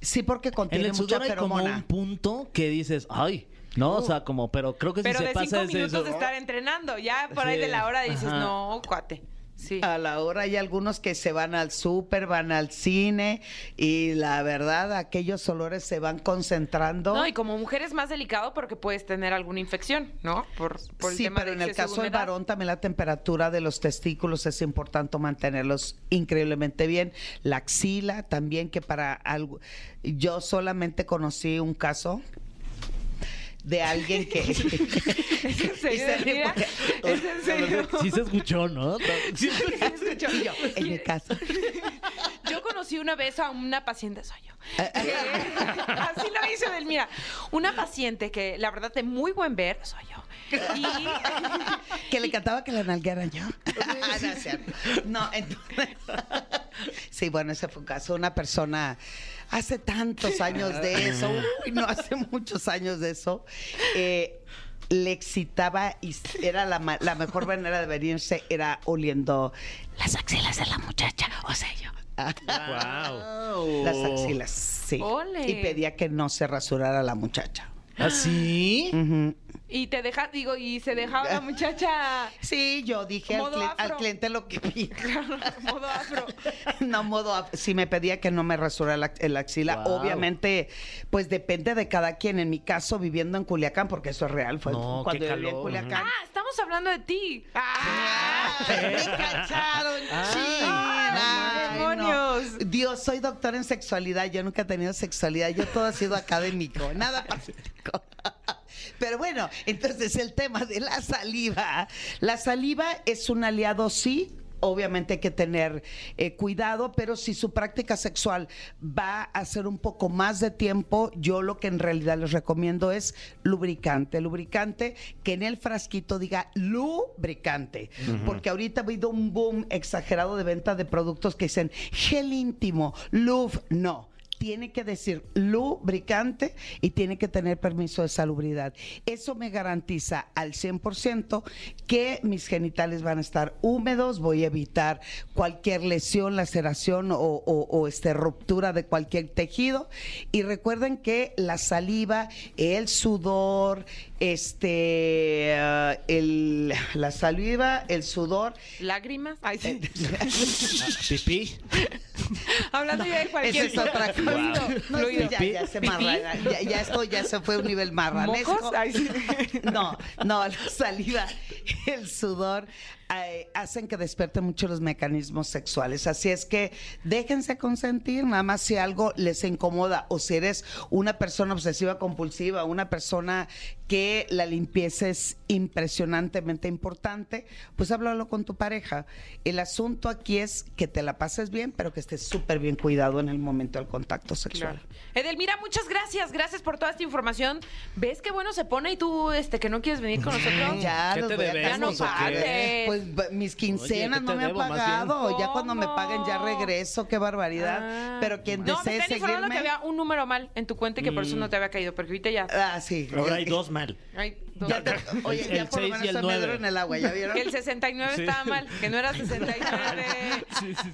Speaker 8: Sí, porque
Speaker 3: En
Speaker 8: contiene
Speaker 3: el sudor
Speaker 8: mucha
Speaker 3: hay como un
Speaker 8: feromona.
Speaker 3: punto que dices, ay, no, o sea, como, pero creo que
Speaker 2: Pero
Speaker 3: si se
Speaker 2: de
Speaker 3: pasa
Speaker 2: cinco
Speaker 3: ese-
Speaker 2: minutos de
Speaker 3: ese-
Speaker 2: estar entrenando, ya por ahí
Speaker 3: Sí.
Speaker 2: de la hora dices,
Speaker 3: Ajá.
Speaker 2: no, cuate. Sí.
Speaker 8: A la hora hay algunos que se van al súper, van al cine y la verdad aquellos olores se van concentrando.
Speaker 2: No, y como mujer es más delicado porque puedes tener alguna infección, ¿no? Por, por el
Speaker 8: sí,
Speaker 2: tema
Speaker 8: pero
Speaker 2: de
Speaker 8: en el
Speaker 2: exceso de
Speaker 8: caso del
Speaker 2: humedad.
Speaker 8: varón también la temperatura de los testículos es importante mantenerlos increíblemente bien. La axila también que para algo... Yo solamente conocí un caso de alguien que...
Speaker 2: ¿Es en serio?
Speaker 8: Y se le
Speaker 2: Elvira? ¿Es en serio?
Speaker 3: Sí se escuchó, ¿no? Sí.
Speaker 8: Y yo, en mi caso.
Speaker 2: Yo conocí una vez a una paciente, soy yo.
Speaker 8: Ah,
Speaker 2: que- Así lo hizo él, mira. Una paciente que, la verdad, de muy buen ver, soy yo. Y,
Speaker 8: Que le cantaba que la nalguearan yo. Ah, no, es cierto. No, entonces. Sí, bueno, ese fue un caso. Una persona hace tantos años de eso, uy, no, hace muchos años de eso, eh, le excitaba y era la, ma- la mejor manera de venirse, era oliendo las axilas de la muchacha, o sea, yo.
Speaker 4: Wow.
Speaker 8: Las axilas, sí.
Speaker 2: Ole.
Speaker 8: Y pedía que no se rasurara la muchacha.
Speaker 3: ¿Ah, ¿Así?
Speaker 8: Ujú.
Speaker 2: y te deja, digo, y se dejaba la muchacha
Speaker 8: Sí, yo dije al,
Speaker 2: Modo
Speaker 8: cli- al
Speaker 2: afro.
Speaker 8: cliente lo que pide.
Speaker 2: modo afro.
Speaker 8: No, modo, af- sí me pedía que no me rasurara la, el axila.
Speaker 3: Guau.
Speaker 8: Obviamente, pues depende de cada quien. En mi caso, viviendo en Culiacán, porque eso es real, fue
Speaker 3: No, qué
Speaker 8: cuando yo vivía en
Speaker 3: calor.
Speaker 8: Culiacán.
Speaker 2: Ah, estamos hablando de ti. Ah,
Speaker 8: Me cacharon,
Speaker 2: Ah,
Speaker 8: china. Ay, no.
Speaker 2: demonios.
Speaker 8: Dios, soy doctor en sexualidad. Yo nunca he tenido sexualidad. Yo todo ha sido académico, nada práctico. Pero bueno, entonces el tema de la saliva. La saliva es un aliado, sí. Obviamente hay que tener eh, cuidado, pero si su práctica sexual va a ser un poco más de tiempo, yo lo que en realidad les recomiendo es lubricante. Lubricante que en el frasquito diga lubricante, porque ahorita ha habido un boom exagerado de venta de productos que dicen gel íntimo, luf, no tiene que decir lubricante y tiene que tener permiso de salubridad. Eso me garantiza al 100% que mis genitales van a estar húmedos, voy a evitar cualquier lesión, laceración o, o- o, este, ruptura de cualquier tejido. Y recuerden que la saliva, el sudor, este, ah, el- la saliva, el sudor,
Speaker 2: Lágrimas. Ay, sí.
Speaker 3: ¿Pipí?
Speaker 2: Hablando ya de cualquier
Speaker 8: Esa es otra cosa. No, es que
Speaker 2: Fluido.
Speaker 8: ya, ya se marrana, ya, ya esto ya se fue a un nivel marranesco.
Speaker 2: ¿Mocos? Ay, sí.
Speaker 8: No, no, la saliva, el sudor, eh, hacen que despierten mucho los mecanismos sexuales. Así es que déjense consentir, nada más si algo les incomoda o si eres una persona obsesiva compulsiva, una persona que la limpieza es impresionantemente importante, pues háblalo con tu pareja. El asunto aquí es que te la pases bien, pero que estés súper bien cuidado en el momento del contacto sexual.
Speaker 2: Claro. Edelmira, muchas gracias. Gracias por toda esta información. ¿Ves qué bueno se pone y tú este, que no quieres venir con nosotros?
Speaker 8: Ya,
Speaker 3: ¿Qué
Speaker 8: los
Speaker 3: te
Speaker 8: voy a
Speaker 3: debemos
Speaker 2: o
Speaker 8: tener que
Speaker 2: qué?
Speaker 8: pagar. Pues b- mis quincenas
Speaker 3: Oye, ¿qué
Speaker 8: no
Speaker 3: te
Speaker 8: me han
Speaker 3: debo, más bien?
Speaker 8: pagado. Ya cuando me
Speaker 2: ¿Cómo?
Speaker 8: paguen ya regreso, qué barbaridad.
Speaker 2: Ah.
Speaker 8: Pero quien
Speaker 2: No, me
Speaker 8: desee
Speaker 2: están informando
Speaker 8: seguirme. Mm.
Speaker 2: que había un número mal en tu cuenta y que por eso no te había caído, porque ahorita ya.
Speaker 8: Ah, sí.
Speaker 4: Ahora hay dos mal.
Speaker 2: Ay, exacto.
Speaker 8: Ya te- oye,
Speaker 3: El-
Speaker 8: ya
Speaker 3: el
Speaker 8: por lo
Speaker 3: seis y
Speaker 8: menos
Speaker 3: el
Speaker 8: está
Speaker 3: nueve.
Speaker 8: Medro en el agua, ¿ya vieron?
Speaker 2: Que el 69 estaba mal, que no era 69.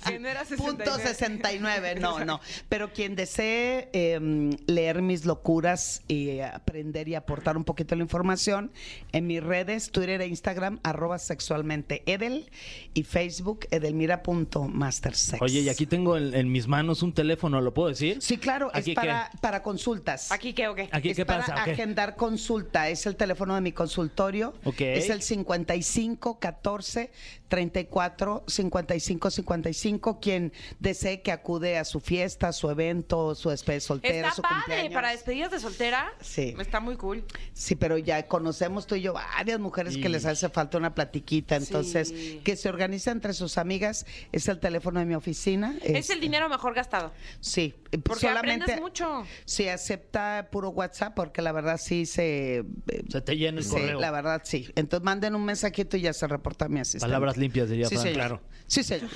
Speaker 2: Que no era 69.
Speaker 8: Punto 69, no, no. Pero quien desee eh, leer mis locuras y aprender y aportar un poquito la información, en mis redes, Twitter e Instagram, arroba sexualmente Edel y Facebook edelmira.mastersex.
Speaker 3: Oye, y aquí tengo en, en mis manos un teléfono, ¿lo puedo decir?
Speaker 8: Sí, claro,
Speaker 3: ¿Aquí
Speaker 8: es para, para consultas.
Speaker 2: ¿Aquí qué o qué?
Speaker 3: Aquí,
Speaker 8: es
Speaker 3: ¿qué
Speaker 8: para
Speaker 3: pasa? ¿O qué?
Speaker 8: agendar consulta. Es el teléfono de mi consultorio.
Speaker 3: Ok.
Speaker 8: Es el 55 14 34 55 55. Quien desee que acude a su fiesta, su evento, su despedida de soltera,
Speaker 2: Está
Speaker 8: su
Speaker 2: padre,
Speaker 8: cumpleaños.
Speaker 2: para este- despedidas de soltera.
Speaker 8: Sí.
Speaker 2: Está muy cool.
Speaker 8: Sí, pero ya conocemos tú y yo varias mujeres que les hace falta una platiquita. Entonces,
Speaker 2: Sí.
Speaker 8: que se organiza entre sus amigas. Es el teléfono de mi oficina.
Speaker 2: Es el dinero mejor gastado.
Speaker 8: Sí,
Speaker 2: Porque aprendes mucho.
Speaker 8: Sí, acepta puro WhatsApp porque la verdad sí se... eh,
Speaker 3: Se te llena el
Speaker 8: Sí,
Speaker 3: correo.
Speaker 8: la verdad sí. Entonces manden un mensajito y ya se reporta a mi asistente.
Speaker 3: Palabras limpias, diría
Speaker 8: sí,
Speaker 3: Fran.
Speaker 8: señor.
Speaker 3: Claro.
Speaker 8: Sí, señor.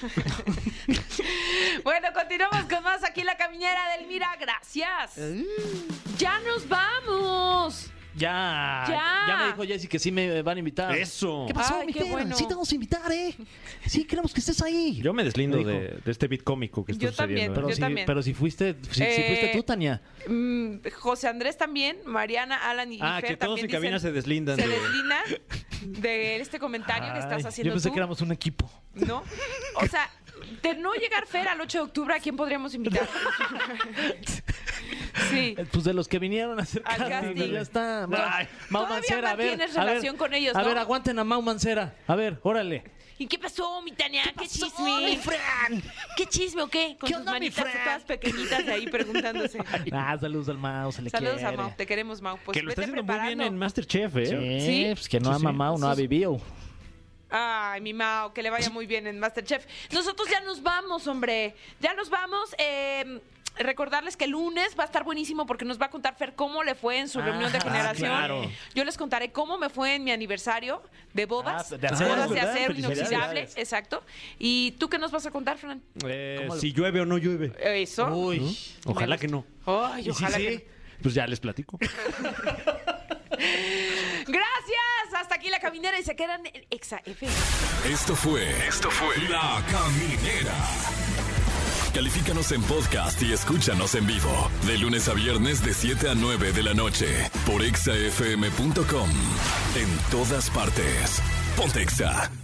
Speaker 2: Bueno, continuamos con más aquí en la caminera del Mira. Gracias.
Speaker 8: Uh.
Speaker 2: Ya nos vamos.
Speaker 3: Ya,
Speaker 2: Ya.
Speaker 3: ya. me dijo Jessy que sí me van a invitar.
Speaker 4: Eso.
Speaker 3: ¿Qué pasó,
Speaker 2: Ay,
Speaker 3: mi
Speaker 2: qué
Speaker 3: Fran?
Speaker 2: bueno.
Speaker 3: Sí te vamos a invitar, ¿eh? Sí, queremos que estés ahí.
Speaker 4: Yo me deslindo
Speaker 3: Me dijo.
Speaker 4: de, de este beat cómico que está
Speaker 2: Yo también,
Speaker 4: sucediendo. ¿eh?
Speaker 3: pero,
Speaker 2: yo
Speaker 3: si,
Speaker 2: también.
Speaker 3: pero si fuiste, si, si
Speaker 2: Eh,
Speaker 3: fuiste tú, Tania.
Speaker 2: Mm, José Andrés también, Mariana, Alan y
Speaker 4: Ah,
Speaker 2: Fer
Speaker 4: que todos
Speaker 2: también
Speaker 4: en cabina
Speaker 2: dicen-
Speaker 4: se deslindan.
Speaker 2: se
Speaker 4: de-
Speaker 2: deslindan de este comentario que
Speaker 3: Ay,
Speaker 2: estás haciendo
Speaker 3: Yo pensé
Speaker 2: tú.
Speaker 3: que éramos un equipo.
Speaker 2: ¿No? O sea, de no llegar Fer al 8 de octubre, ¿a quién podríamos invitar? Sí.
Speaker 3: Eh, Pues de los que vinieron a hacer
Speaker 2: Al
Speaker 3: casting,
Speaker 2: casting.
Speaker 3: ya está. Mau,
Speaker 4: Ay.
Speaker 3: Mau
Speaker 2: Todavía
Speaker 3: Mancera, a ver.
Speaker 2: mantienes
Speaker 3: a ver,
Speaker 2: relación con ellos,
Speaker 3: A
Speaker 2: ¿no?
Speaker 3: ver, aguanten a Mau Mancera. A ver, órale.
Speaker 2: ¿Y qué pasó, mi Tania? ¿Qué, chisme? ¿Qué chisme o qué? Con
Speaker 3: ¿Qué
Speaker 2: sus
Speaker 3: onda, mi
Speaker 2: manitas
Speaker 3: Fran?
Speaker 2: todas pequeñitas de ahí preguntándose.
Speaker 3: Ah, saludos al Mau, se le
Speaker 2: Saludos
Speaker 3: quiere.
Speaker 2: a Mau, te queremos, Mau. Pues
Speaker 4: que lo está
Speaker 2: vete
Speaker 4: haciendo muy
Speaker 2: preparando.
Speaker 4: bien en Masterchef, ¿eh?
Speaker 3: Sí,
Speaker 2: ¿Sí?
Speaker 3: pues que no
Speaker 4: Sí,
Speaker 3: ha
Speaker 4: sí.
Speaker 3: mamado, no ha vivido.
Speaker 2: Ay, mi Mao, que le vaya muy bien en Masterchef. Nosotros ya nos vamos, hombre. Ya nos vamos. eh, Recordarles que el lunes va a estar buenísimo porque nos va a contar Fer cómo le fue en su
Speaker 3: Ah,
Speaker 2: reunión de generación.
Speaker 4: claro.
Speaker 2: Yo les contaré cómo me fue en mi aniversario de bodas,
Speaker 3: Ah, de acero,
Speaker 2: bodas de
Speaker 4: ¿verdad?
Speaker 2: acero inoxidable,
Speaker 4: Felicidades.
Speaker 2: exacto. ¿Y tú qué nos vas a contar, Fran?
Speaker 4: Eh,
Speaker 3: ¿Cómo lo-
Speaker 4: si llueve o no llueve.
Speaker 2: Eso.
Speaker 3: Uy.
Speaker 4: Ojalá que no.
Speaker 2: Ay,
Speaker 4: Y si
Speaker 2: ojalá
Speaker 4: sí,
Speaker 2: que-
Speaker 4: Pues ya les platico.
Speaker 2: Gracias. Hasta aquí la caminera y se quedan en Exa FM.
Speaker 1: Esto fue. Esto fue. La Caminera. Califícanos en podcast y escúchanos en vivo. De lunes a viernes, de 7 a 9 de la noche. Por exafm.com. En todas partes. Pontexa.